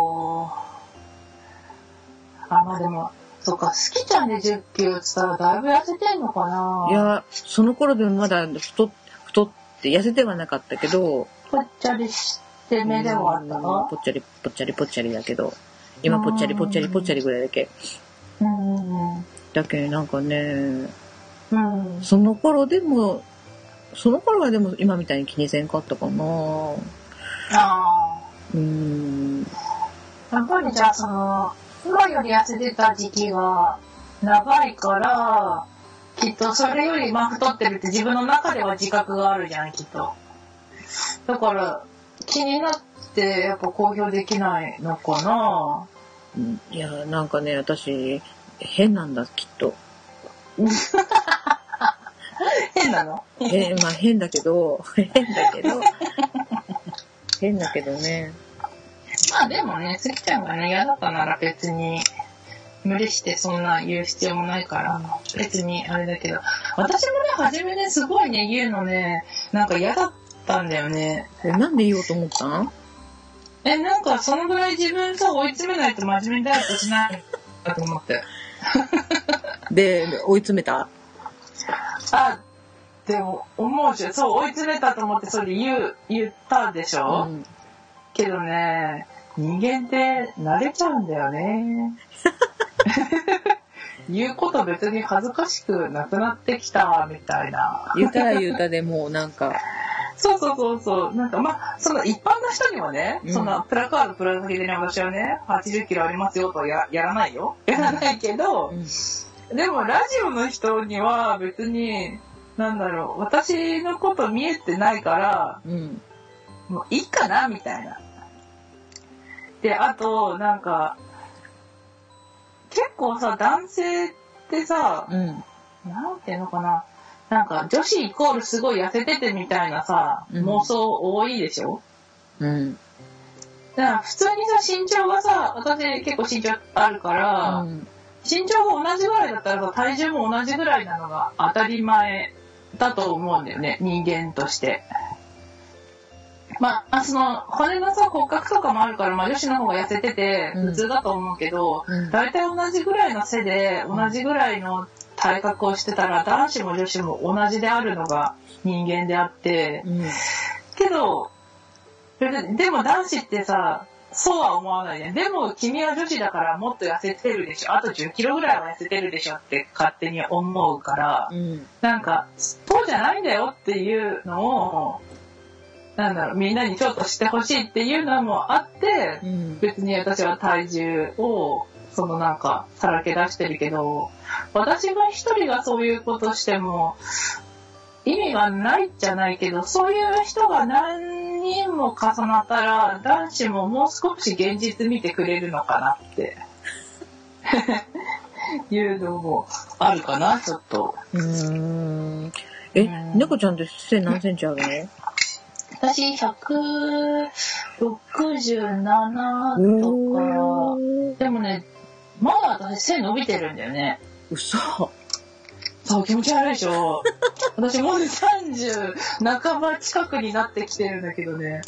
Speaker 5: あ、まあでも、そっか、スキちゃんで10キロっつったらだいぶ痩せてんのかない
Speaker 4: や、その頃でもまだ太っ、太って、痩せてはなかったけど、
Speaker 5: ぽっちゃりして目でもあった
Speaker 4: うん
Speaker 5: な
Speaker 4: ぽっちゃり、ぽっちゃりぽっちゃりだけど、今ぽっちゃりぽっちゃりぽっちゃりぐらいだけ。
Speaker 5: うんうんうん。
Speaker 4: だけどなんかね、
Speaker 5: うん。
Speaker 4: その頃でも、その頃はでも今みたいに気にせんかったかな
Speaker 5: あ
Speaker 4: うん。
Speaker 5: ー。やっぱりじゃあその、今より痩せてた時期が長いから、きっとそれよりまあ太ってるって自分の中では自覚があるじゃん、きっと。だから、気になってやっぱ公表できないのかない
Speaker 4: や、なんかね、私、変なんだ、きっと。
Speaker 5: 変なの
Speaker 4: 変、まあ変だけど、変だけど、変だけどね。
Speaker 5: まあでもね、関ちゃんがね、嫌だったなら別に、無理してそんな言う必要もないから、別にあれだけど、私もね、初めね、すごいね、言うのね、なんか嫌だったんだよね。
Speaker 4: えなんで言おうと思ったん
Speaker 5: え、なんかそのぐらい自分さ、追い詰めないと真面目にダイエットしないなと思って。
Speaker 4: で、追い詰めた
Speaker 5: あ、でも、思うし、そう、追い詰めたと思って、それ言う、言ったでし
Speaker 4: う
Speaker 5: ょ、
Speaker 4: ん。
Speaker 5: けどね、人間って慣れちゃうんだよ ね。言うこと別に恥ずかしくなくなってきたみたいな。
Speaker 4: 言うたら言うたでもうなんか、
Speaker 5: そうそうそうそう。なんかまあ、その一般の人にもね、
Speaker 4: うん
Speaker 5: そのプラカードプラカードでね、私はね、80キロありますよとややらないよ。やらないけど、
Speaker 4: うん
Speaker 5: でもラジオの人には別に、なんだろう、私のこと見えてないから、
Speaker 4: うん。
Speaker 5: もういいかなみたいな。で、あと、なんか、結構さ、男性ってさ、
Speaker 4: うん。
Speaker 5: なんていうのかな、なんか女子イコールすごい痩せててみたいなさ、
Speaker 4: うん
Speaker 5: 妄想多いでしょ
Speaker 4: うん。
Speaker 5: だから普通にさ、身長がさ、私結構身長あるから、
Speaker 4: うん
Speaker 5: 身長が同じぐらいだったらさ、体重も同じぐらいなのが当たり前だと思うんだよね、人間として。まあ、その、骨のさ、骨格とかもあるから、まあ、女子の方が痩せてて、
Speaker 4: うん
Speaker 5: 普通だと思うけど、
Speaker 4: うん
Speaker 5: 大体同じぐらいの背で、同じぐらいの体格をしてたら、男子も女子も同じであるのが人間であって、
Speaker 4: うん。
Speaker 5: けど、別にでも男子ってさ、そうは思わないね。でも君は女子だからもっと痩せてるでしょ。あと10キロぐらいは痩せてるでしょって勝手に思うから、
Speaker 4: うん。
Speaker 5: なんか、そうじゃないんだよっていうのを、なんだろう、みんなにちょっとしてほしいっていうのもあって
Speaker 4: う、ん。
Speaker 5: 別に私は体重を、そのなんか、さらけ出してるけど、私が一人がそういうことしても、意味がないじゃないけど、そういう人が何人も重なったら、男子ももう少し現実見てくれるのかなって、 いうのもあるかな、ちょっと。
Speaker 4: うーん。え、
Speaker 5: うん
Speaker 4: 猫ちゃんって背何センチあるの
Speaker 5: 私、167とか、
Speaker 4: う
Speaker 5: でもね、まだ私背伸びてるんだよね。
Speaker 4: 嘘。
Speaker 5: そう、気持ち悪いでしょ。私もうね30半ば近くになってきてるんだけどね。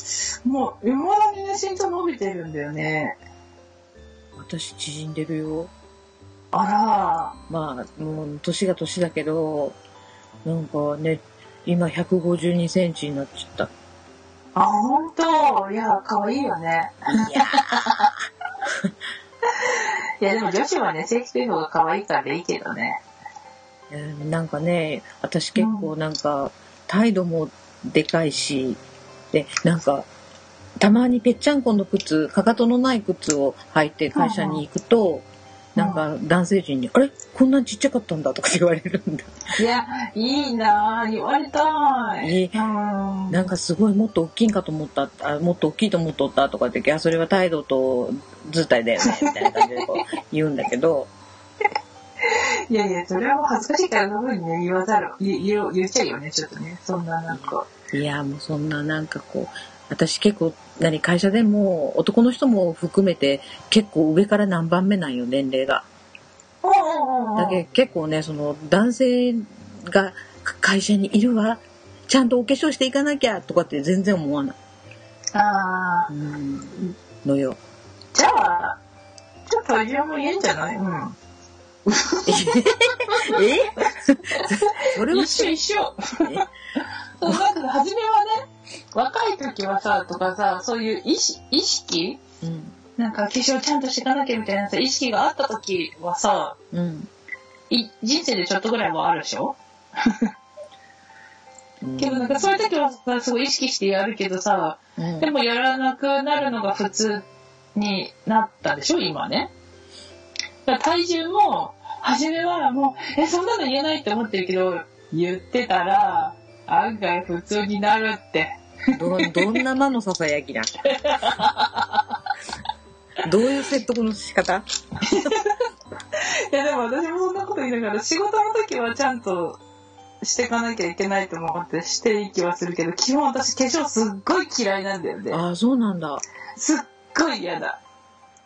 Speaker 5: もう、未だにね、身長伸びてるんだよね。
Speaker 4: 私縮んでるよ。
Speaker 5: あ
Speaker 4: まあ、もう年が年だけど、なんかね、今152センチになっちゃった。
Speaker 5: ら、あ、本当いや、可愛いよね。いや、でも女子はね、正規というのが可愛いからいいけどね。
Speaker 4: うんなんかね、私結構なんか、態度もでかいし、で、なんか、たまにぺっちゃんこの靴、かかとのない靴を履いて会社に行くと、
Speaker 5: うんう
Speaker 4: なんんか男性陣に、あれこんなちっちゃかったんだとか言われるんだ。
Speaker 5: いや、いいなぁ、言われたい。
Speaker 4: いい
Speaker 5: うん。
Speaker 4: なんかすごいもっと大きいんかと思ったあもっと大きいと思っとったとかっていやそれは態度と図体だよねみたいな感じでこう言うんだけど
Speaker 5: いやいや、それはもう恥ずかしいから、そのふうにね、言わざる、言言言っちゃうよね、ちょっとね。そんな、なんか。
Speaker 4: いやもうそんななんかこう私結構何会社でも男の人も含めて結構上から何番目なんよ年齢が。
Speaker 5: おうおうおうおう
Speaker 4: だけど結構ねその男性が会社にいるわちゃんとお化粧していかなきゃとかって全然思わない、
Speaker 5: ああ、
Speaker 4: のよ。
Speaker 5: じゃあ、ちょっと自分も言えんじゃないうん。
Speaker 4: え それは
Speaker 5: 一緒一緒。 そう、なんか初めはね、若い時はさ、とかさ、そういう意識意識
Speaker 4: うん
Speaker 5: なんか化粧ちゃんとしていかなきゃみたいなさ、意識があった時はさ、
Speaker 4: うん
Speaker 5: い人生でちょっとぐらいはあるでし ょ
Speaker 4: うん
Speaker 5: けどなんかそういう時はさ、すごい意識してやるけどさ、
Speaker 4: うん
Speaker 5: でもやらなくなるのが普通になったでしょ今ね。だから体重も、初めはもう、え、そんなの言えないって思ってるけど、言ってたら、案外普通になるって。
Speaker 4: どどんな魔のささや きだどういう説得の仕方
Speaker 5: いやでも私もそんなこと言いながら仕事の時はちゃんとしていかなきゃいけないと思ってしていい気はするけど基本私化粧すっごい嫌いなんだよね
Speaker 4: ああそうなんだ
Speaker 5: すっごい嫌だ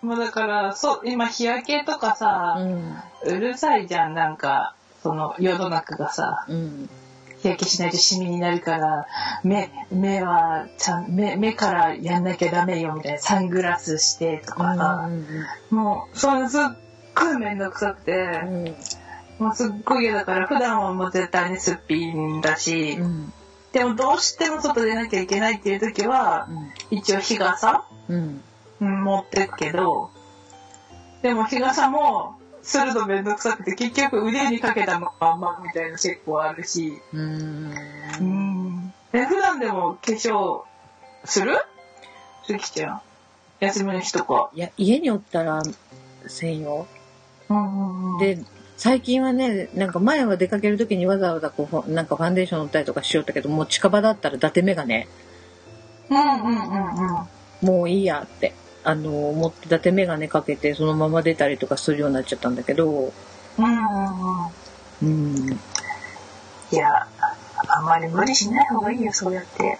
Speaker 5: もうだからそう今日焼けとか
Speaker 4: う
Speaker 5: さ、
Speaker 4: ん
Speaker 5: うるさいじゃんなんかその世の中がさ
Speaker 4: うん
Speaker 5: 日焼けしないとシミになるから目目はちゃん目目からやんなきゃダメよみたいなサングラスしてとか
Speaker 4: う
Speaker 5: さ、
Speaker 4: ん
Speaker 5: もうそれすっごい面倒くさくて。
Speaker 4: うん
Speaker 5: もうすっごい嫌だから、普段はもう絶対にすっぴんだし、
Speaker 4: うん
Speaker 5: でもどうしても外出なきゃいけないっていう時は、一応日傘
Speaker 4: うん
Speaker 5: うん持ってくけど、でも日傘も、するのめんどくさくて、結局腕にかけたまんまみたいな結構あるし、
Speaker 4: うん
Speaker 5: うん。え、普段でも化粧するすきちゃん。休みの日とか。
Speaker 4: いや家におったら専用
Speaker 5: うんうんうん。
Speaker 4: で最近はねなんか前は出かける時にわざわざこうフォなんかファンデーション塗ったりとかしよったけどもう近場だったら伊達眼鏡
Speaker 5: うんうんうんうん。
Speaker 4: もういいやってあの思って伊達眼鏡かけてそのまま出たりとかするようになっちゃったんだけど
Speaker 5: うんうんうん。
Speaker 4: うん
Speaker 5: いや、あまり無理しない方がいいよ、そうやって。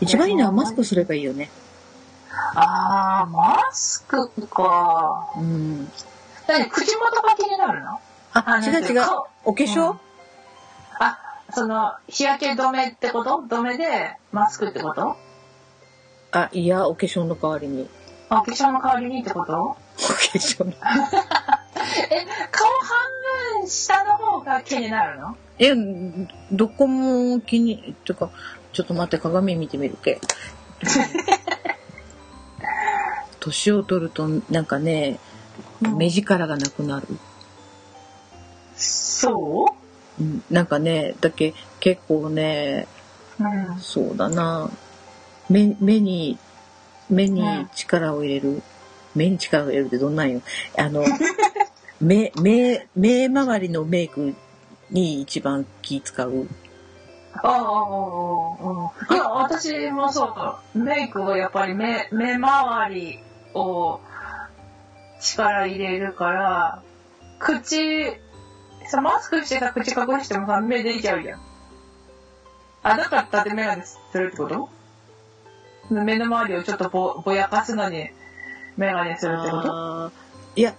Speaker 4: 一番いいのはマスクすればいいよね。
Speaker 5: あー、マスクか。
Speaker 4: うん。
Speaker 5: だって口元が気になるの
Speaker 4: あ、
Speaker 5: の
Speaker 4: 違う違う。お化粧、
Speaker 5: うんあ、その、日焼け止めってこと止めでマスクってこと
Speaker 4: あ、いや、お化粧の代わりに。
Speaker 5: あ、お化粧の代わりにってこと
Speaker 4: お化粧の。
Speaker 5: え、顔半分下の方が気になるの
Speaker 4: え、どこも気に、てか、ちょっと待って、鏡見てみる け。年を取ると、なんかね、目力がなくなる。
Speaker 5: そ
Speaker 4: うん、なんかね、だけ、結構ね、
Speaker 5: ううん。
Speaker 4: そうだな。目、目に、目に
Speaker 5: うん
Speaker 4: 力を入れる。目に力を入れるってどんなんよ。あの、目、目、目周りのメイクに一番気使う。
Speaker 5: ああ、うんいや、私もそう、メイクをやっぱり目、目周りを力入れるから、口、さ、マスクしてさ、口隠してもさ、目出ちゃうじゃん。あ、だからだってメガネするってこと目の周りをちょっとぼぼやかすのにメガネするってこと
Speaker 4: あーいや、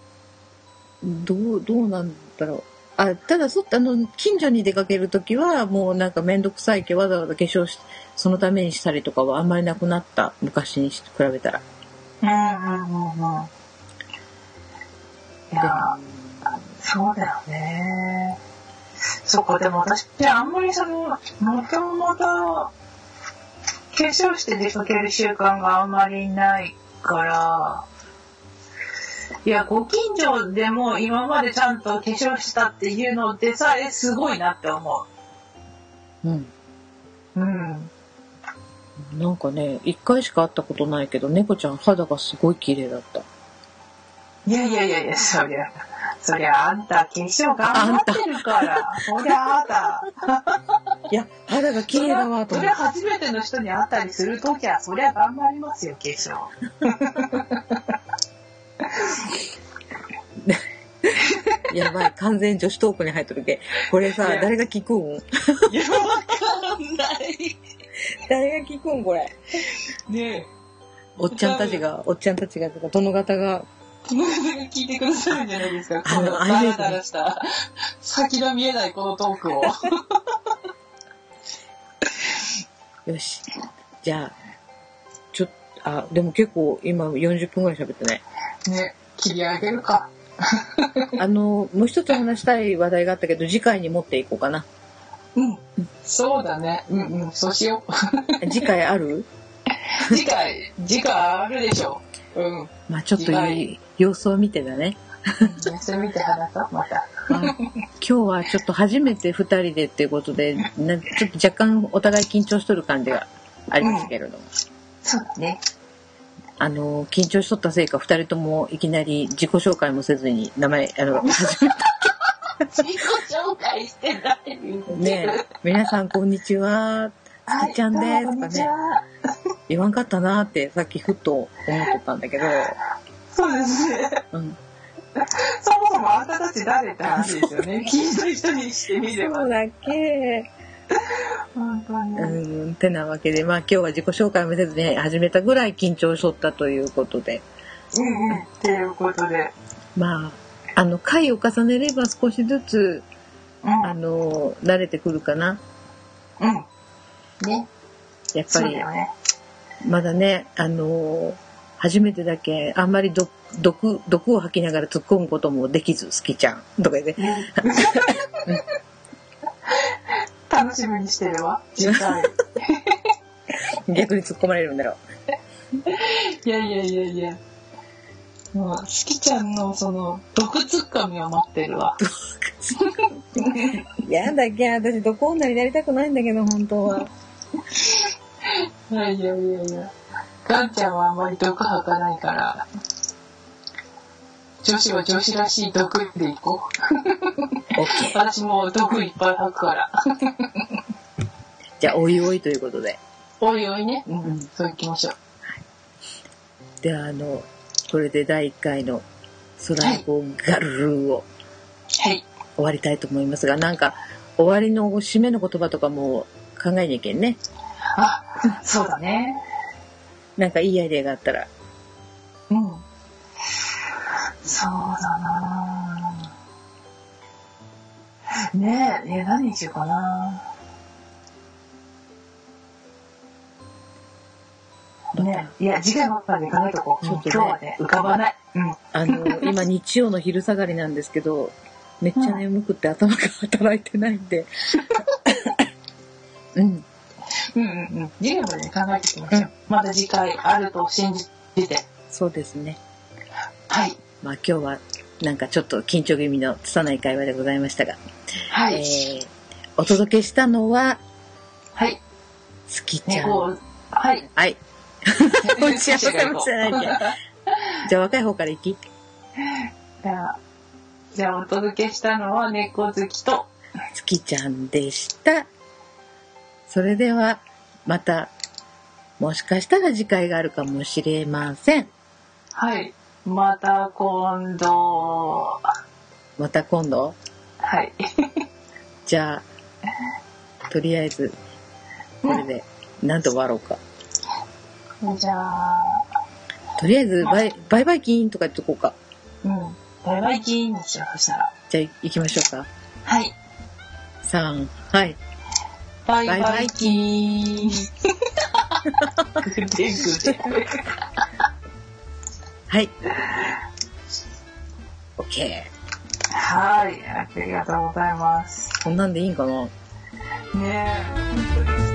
Speaker 4: どう、どうなんだろう。あ、ただそ、あの、近所に出かけるときは、もうなんかめんどくさいけどわざわざ化粧し、そのためにしたりとかはあんまりなくなった。昔に比べたら。
Speaker 5: うんうんうんうん。いやーそうだよね。そっか、でも私ってあんまりその、もともと化化粧して出かける習慣があんまりないから、いや、ご近所でも今までちゃんと化粧したっていうのでさえすごいなって思
Speaker 4: うん。
Speaker 5: う。うん。
Speaker 4: なんかね、一回しか会ったことないけど、猫ちゃん肌がすごい綺麗だった。
Speaker 5: いやいやいやいや、そりゃ、そりゃあんた化粧頑張ってるから、そりゃあんた。
Speaker 4: いや、肌が綺麗だわと
Speaker 5: そ
Speaker 4: 思
Speaker 5: り
Speaker 4: っ
Speaker 5: ゃ
Speaker 4: て。
Speaker 5: 初めての人に会ったりするときは、そりゃ頑張りますよ、化粧。
Speaker 4: やばい、完全女子トークに入っとるけ。これさ、
Speaker 5: いや
Speaker 4: 誰が聞くん
Speaker 5: いや、わかんない。
Speaker 4: 誰が聞くんこれ。
Speaker 5: ね
Speaker 4: おっちゃんたちが、おっちゃんたちが、殿方が、
Speaker 5: え、友達が聞いてくださるんじゃないですか。
Speaker 4: あ
Speaker 5: こ
Speaker 4: の
Speaker 5: の、
Speaker 4: あ
Speaker 5: ダ
Speaker 4: れですね
Speaker 5: ラダラした、先の見えないこのトークを。
Speaker 4: よし。じゃあ、ちょっと、あ、でも結構今40分ぐらい喋ってない。
Speaker 5: ね切り上げるか。
Speaker 4: あの、もう一つ話したい話題があったけど、次回に持っていこうかな。
Speaker 5: うん。そうだね。うんうん。そうしよ
Speaker 4: 次回ある
Speaker 5: う。次回、次回あるでしょう。うん。ね
Speaker 4: まあちょっとい
Speaker 5: 次回
Speaker 4: 様子を見てだね。
Speaker 5: それ見て話そう、また。
Speaker 4: まあ今日はちょっと初めて2人でっていうことで、なちょっと若干お互い緊張しとる感じがありますけれども。
Speaker 5: そうだね。
Speaker 4: あの、緊張しとったせいか、二人ともいきなり自己紹介もせずに、名前、あ の、初めて
Speaker 5: 自己紹介してない。
Speaker 4: ね、皆さんこんにちは、
Speaker 5: はい
Speaker 4: つきちゃんで
Speaker 5: どうもこんに
Speaker 4: すと
Speaker 5: ち
Speaker 4: かね、
Speaker 5: は。
Speaker 4: 言わんかったなって、さっきふっと思っとったんだけど、
Speaker 5: そうですね。
Speaker 4: うん。
Speaker 5: そもそもあんたたち誰って話ですよね。聞いた人にしてみれば。
Speaker 4: だっけ
Speaker 5: 本当に。
Speaker 4: うん、てなわけで、まあ今日は自己紹介もせずに始めたぐらい緊張しとったということで、
Speaker 5: うんうん。っていうことで。
Speaker 4: まあ、あの、回を重ねれば少しずつ、あ
Speaker 5: う
Speaker 4: の、慣れてくるかな。
Speaker 5: ん。うん。ね。
Speaker 4: やっ
Speaker 5: そ
Speaker 4: ぱ
Speaker 5: う
Speaker 4: り
Speaker 5: だ、よね。
Speaker 4: まだね、あのー初めてだけ、あんまり毒、毒、毒を吐きながら突っ込むこともできず、好きちゃん。とかで、ね、
Speaker 5: 楽しみにしてるわ。次回。
Speaker 4: 逆に突っ込まれるんだろ
Speaker 5: いやいやいやいや。もう、すきちゃんのその、毒ツッコミを持ってるわ。
Speaker 4: う。やだっけ、私、毒女になりたくないんだけど、本当は。
Speaker 5: いやいやいやいや。ガンちゃんはあんまり毒吐かないから、女子は女子らしい毒でいこう。
Speaker 4: OK。
Speaker 5: 私も毒いっぱい吐くから。
Speaker 4: じゃあ、おいおいということで。
Speaker 5: おいおいね。うんうん。そういきましょう。
Speaker 4: では、あの、これで第1回の空ラゴガルルーを
Speaker 5: はい。
Speaker 4: 終わりたいと思いますが、なんか、終わりの締めの言葉とかも考えなきゃいけんね。
Speaker 5: あ、そうだね。
Speaker 4: なんかいいアイデアがあったら。
Speaker 5: うん。そうだなねえ、ねえ、何にしようかなねえ、いや、次回もまで考えとこう。
Speaker 4: ちょっとね
Speaker 5: 今日はね、浮かばない。うん。
Speaker 4: あ の、今日曜の昼下がりなんですけど、めっちゃ眠くて頭が働いてないん で。うん。
Speaker 5: うんうんうん。次回までね、考えていきましょう。まだ次回あると信じて。
Speaker 4: そうですね。
Speaker 5: はい。
Speaker 4: まあ今日はなんかちょっと緊張気味の拙い会話でございましたが、
Speaker 5: はい。
Speaker 4: えー、お届けしたのは、
Speaker 5: はい。
Speaker 4: 月ちゃん。
Speaker 5: 猫
Speaker 4: は
Speaker 5: を、はい。
Speaker 4: い。打ち合わせもしてないけどじゃあ若い方から行き。
Speaker 5: じゃあ、じゃあお届けしたのは猫好きと、
Speaker 4: 月ちゃんでした。それでは、また、もしかしたら次回があるかもしれません。
Speaker 5: はい。また今度。
Speaker 4: また今度。
Speaker 5: はい。
Speaker 4: じゃあ、とりあえず、これで、なんと終わろうか。
Speaker 5: じゃあ、
Speaker 4: とりあえず、バイ、バイバイキーンとか言っとこうか。
Speaker 5: うん。バイバイキーンにしようそしたら。
Speaker 4: じゃあ、行きましょうか。
Speaker 5: はい。
Speaker 4: 3、はい。
Speaker 5: バイ
Speaker 4: バイ
Speaker 5: バ
Speaker 4: バイ
Speaker 5: イキーン。 ぐでぐで。
Speaker 4: はい。OK。
Speaker 5: はい。ありがとうございます。
Speaker 4: こんなんでいいんかな
Speaker 5: ねえ。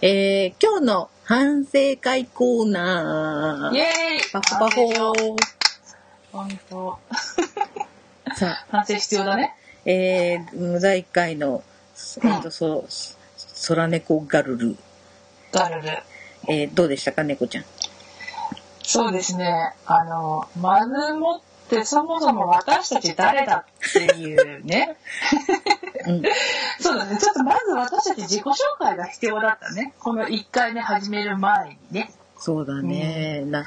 Speaker 4: えー、今日の反省会コーナ
Speaker 5: イ
Speaker 4: ー。
Speaker 5: エーイ
Speaker 4: パフパフ
Speaker 5: 本当。
Speaker 4: さあ、
Speaker 5: 反省必要だね。
Speaker 4: えー、無罪会の、えっと、そ、空猫ガルル。
Speaker 5: ガルル。
Speaker 4: えー、どうでしたか、猫ちゃん。
Speaker 5: そうですね。あの、マヌモってそもそも私たち誰だっていうね。
Speaker 4: うん。
Speaker 5: そうだね。ちょっとまず私たち自己紹介が必要だったね。この1回目始める前にね。
Speaker 4: そうだね。な、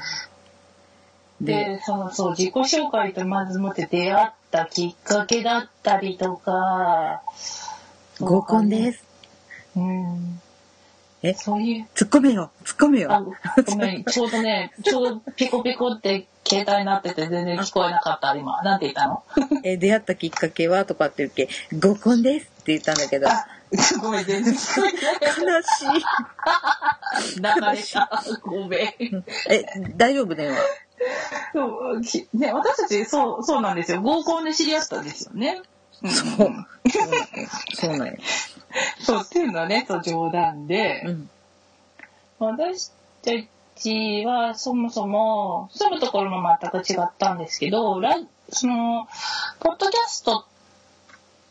Speaker 4: で、
Speaker 5: で、その、そう、自己紹介とまずもって出会ったきっかけだったりとか、。
Speaker 4: 合コンですす。
Speaker 5: うん。
Speaker 4: え
Speaker 5: そういう、
Speaker 4: 突っ込めよ、突っ込め
Speaker 5: あ、
Speaker 4: よ。
Speaker 5: ごめん、ちょうどね、ちょうどピコピコって携帯になってて全然聞こえなかった、今。なんて言ったの
Speaker 4: えー、出会ったきっかけはとかって言うけ、合コンですって言ったんだけど、
Speaker 5: あ、ごめん、全然聞こ
Speaker 4: 悲し
Speaker 5: えない。流れた。 ごめん。
Speaker 4: い。え、大丈夫だよ。
Speaker 5: そうきね、私たち、そう、そうなんですよ。合コンで知り合ったんですよね。
Speaker 4: そう。うんそうなんや。
Speaker 5: そう、っていうのはね、そう冗談で。
Speaker 4: うん。
Speaker 5: 私たちはそもそも住むところも全く違ったんですけどラそのポッドキャスト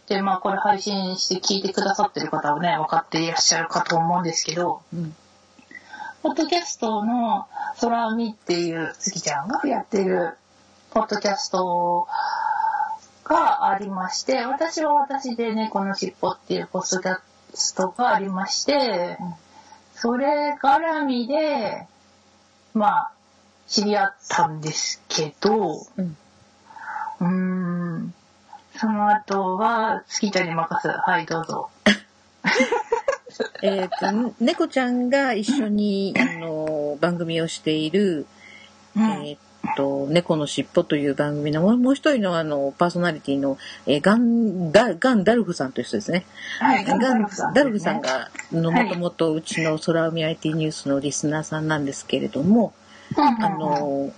Speaker 5: ってまあこれ配信して聞いてくださってる方はね分かっていらっしゃるかと思うんですけど
Speaker 4: うん。
Speaker 5: ポッドキャストの「空海」っていう月ちゃんがやってるポッドキャストがありまして私は私で「猫のしっぽ」っていうポッドキャストがありましてそれ絡みでまあ知り合ったんですけどう
Speaker 4: うん
Speaker 5: ーんその後は月ちゃんに任すはいどうぞ
Speaker 4: えっ、と、猫ちゃんが一緒に、あの、番組をしている、えーっと、猫のしっぽという番組のもうもう一人のあの、パーソナリティの、えーガン、ダガンダルフさんという人ですね。
Speaker 5: はい
Speaker 4: ガンダルフさん,、
Speaker 5: が
Speaker 4: が、の、
Speaker 5: は
Speaker 4: も
Speaker 5: い
Speaker 4: ともとうちの空海 IT ニュースのリスナーさんなんですけれども、あの、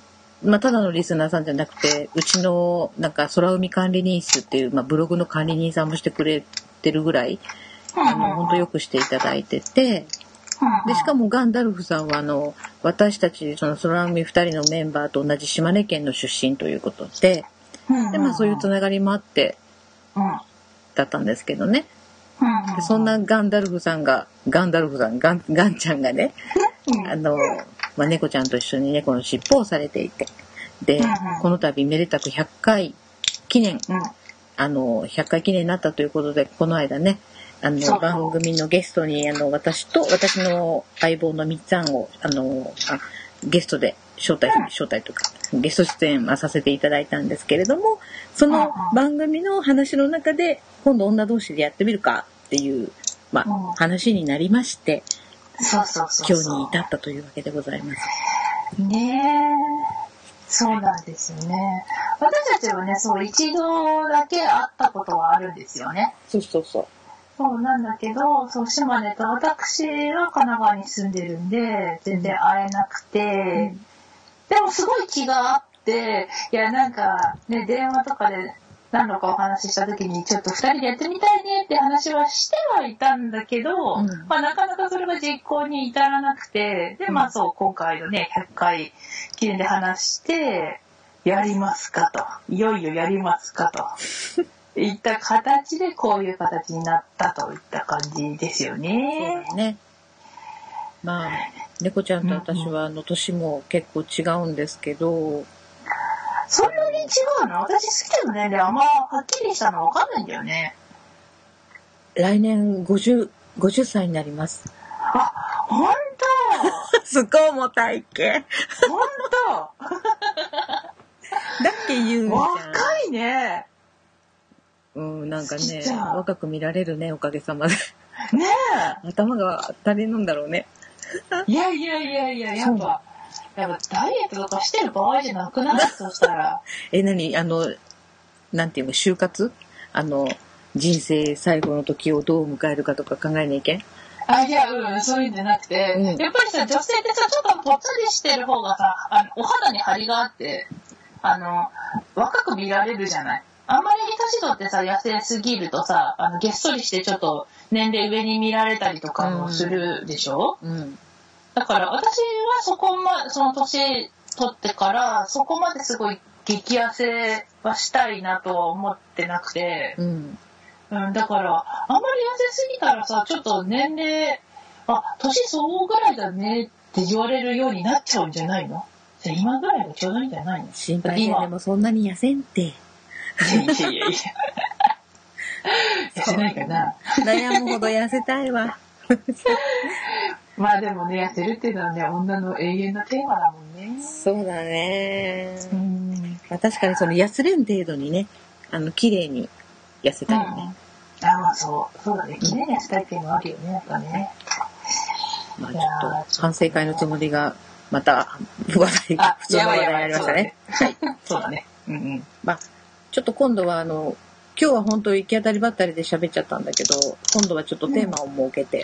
Speaker 4: まあ、ただのリスナーさんじゃなくて、うちの、なんか、空海管理人室っていう、まあ、ブログの管理人さんもしてくれてるぐらい、あの、本当よくしていただいてて、で、しかもガンダルフさんは、あの、私たち、その、空海二人のメンバーと同じ島根県の出身ということで、
Speaker 5: も
Speaker 4: で、まあ、そういうつながりもあって、
Speaker 5: う
Speaker 4: だったんですけどね。
Speaker 5: ん
Speaker 4: でそんなガンダルフさんが、ガンダルフさん、ガン、ガンちゃんがね、あの、まあ、猫ちゃんと一緒に猫の尻尾をされていて、で
Speaker 5: うんうん、
Speaker 4: この度めでたく100回記念、
Speaker 5: うん
Speaker 4: あの、100回記念になったということで、この間ね、あの
Speaker 5: そう、
Speaker 4: 番組のゲストに、あの、私と、私の相棒のみっちゃんを、あの、あゲストで招待、招待というか、ゲスト出演はさせていただいたんですけれども、その番組の話の中で、今度女同士でやってみるかっていう、まあ
Speaker 5: うん、
Speaker 4: 話になりまして、
Speaker 5: そうそうそう
Speaker 4: 今日
Speaker 5: そう
Speaker 4: に至ったというわけでございます。
Speaker 5: ねえ。そうなんですよね。私たちはね、そう、一度だけ会ったことはあるんですよね。
Speaker 4: そうそうそう。
Speaker 5: そうなんだけど、そう、島根と私は神奈川に住んでるんで、全然会えなくて、でもすごい気があって、いや、なんか、ね、電話とかで何度かお話しした時に、ちょっと二人でやってみたいねって話はしてはいたんだけど、
Speaker 4: うん
Speaker 5: まあ、なかなかそれが実行に至らなくて、で、まあそう、今回のね、100回記念で話して、やりますかと。いよいよやりますかと。いった形でこういう形になったといった感じですよ
Speaker 4: そう
Speaker 5: ね。
Speaker 4: だね。まあ、猫ちゃんと私は、あの、年も結構違うんですけど、
Speaker 5: そんなに違うの私好きなの年齢あんまはっきりしたの分かんないんだよね。
Speaker 4: 来年50、50歳になります。
Speaker 5: ほんと
Speaker 4: すごい重たいけ。
Speaker 5: ほんと
Speaker 4: だっけ言うんじゃん。
Speaker 5: 若いね。
Speaker 4: うん、なんか
Speaker 5: 好
Speaker 4: ね
Speaker 5: きじゃ、ん
Speaker 4: 若く見られるね、おかげさまで。
Speaker 5: ね
Speaker 4: 頭が足りんんだろうね。
Speaker 5: え。いやいやいやいや、やっぱ、やっぱダイエットとかしてる場合じゃなくないそしたら。
Speaker 4: え、何あの、なんていうの、就活あの、人生最後の時をどう迎えるかとか考えなきゃいけん
Speaker 5: あ、いや、うん、そういうんじゃなくて、
Speaker 4: うん
Speaker 5: やっぱりさ、女性ってさ、ちょっとぽっつりしてる方がさ、あのお肌に張りがあって、あの、若く見られるじゃない。あんまり年取ってさ、痩せすぎるとさ、あの、げっそりしてちょっと年齢上に見られたりとかもするでしょ、
Speaker 4: うん。
Speaker 5: だから私はそこま、その年取ってから、そこまですごい激痩せはしたいなとは思ってなくて、
Speaker 4: うん。
Speaker 5: うん、だから、あんまり痩せすぎたらさ、ちょっと年齢、あ、年相応ぐらいだねって言われるようになっちゃうんじゃないのじゃあ今ぐらいがちょうどいいんじゃないの
Speaker 4: 心配せんでもそんなに痩せんって。
Speaker 5: いやいやいやいや。痩せないかな。
Speaker 4: 悩むほど痩せたいわ。
Speaker 5: まあでもね、痩せるっていうのはね、女の永遠のテーマだもんね。
Speaker 4: そうだね。
Speaker 5: うん。
Speaker 4: まあ、確かにその痩せれん程度にね、あの、綺麗に痩せたいよね。
Speaker 5: あ、まあそう、そうだね。綺麗に痩せたいっていうのはあるよね、やっぱね。
Speaker 4: まあちょっと、反省会のつもりが、また、話題
Speaker 5: あ、、
Speaker 4: 普通の話題になりま
Speaker 5: そ
Speaker 4: し
Speaker 5: う
Speaker 4: た
Speaker 5: だ
Speaker 4: ね
Speaker 5: ね。。はい。 そうだね。うんうん。
Speaker 4: まあ、ちょっと今度はあの、今日は本当行き当たりばったりで喋っちゃったんだけど、今度はちょっとテーマを設けて、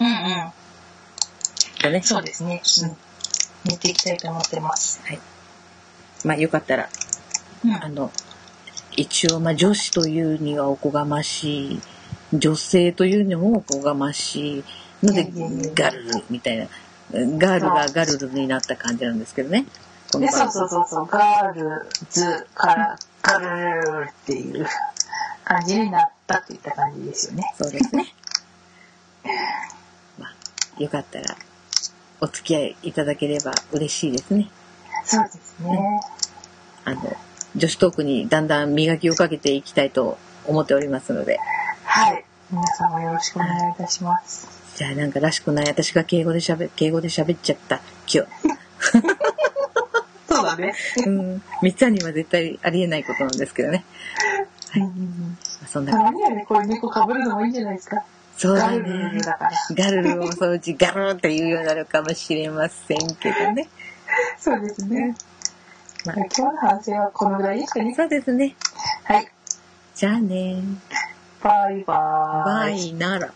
Speaker 5: うんうん。
Speaker 4: だね。
Speaker 5: そうですね。うん。見ていきたいと思ってます。
Speaker 4: まあよかったら、
Speaker 5: うん。
Speaker 4: あの、一応まあ女子というにはおこがましい、女性というにもおこがましいので
Speaker 5: いやいやいや、
Speaker 4: ガルルみたいな、ガールがガルルになった感じなんですけどね。この
Speaker 5: で、
Speaker 4: 場合
Speaker 5: そうそうそうそう、ガールズからガルルっていう感じになったっていった感じですよね。
Speaker 4: そうです ね。まあ、よかったら、お付き合いいただければ嬉しいですね。
Speaker 5: そうですね。
Speaker 4: あの、女子トークにだんだん磨きをかけていきたいと思っておりますので。
Speaker 5: はい。皆さんもよろしくお願いいたします。
Speaker 4: じゃあなんからしくない。私が敬語で喋、敬語で喋っちゃった。今日。
Speaker 5: そうだね。
Speaker 4: うん。三つには絶対ありえないことなんですけどね。そん
Speaker 5: た
Speaker 4: な、
Speaker 5: まにはね、こういう猫被るのもいいんじゃないですか。
Speaker 4: そう
Speaker 5: ガ
Speaker 4: だ
Speaker 5: ルル
Speaker 4: ね
Speaker 5: ル。だから。
Speaker 4: ガルルをそのうちガルルって言うようになるかもしれませんけどね。
Speaker 5: そうですね。
Speaker 4: ま
Speaker 5: ま
Speaker 4: あ
Speaker 5: あ、今日の反省はこのぐらいですかね。
Speaker 4: そうですね。
Speaker 5: はい。
Speaker 4: じゃあね。
Speaker 5: バイバー
Speaker 4: バイなら。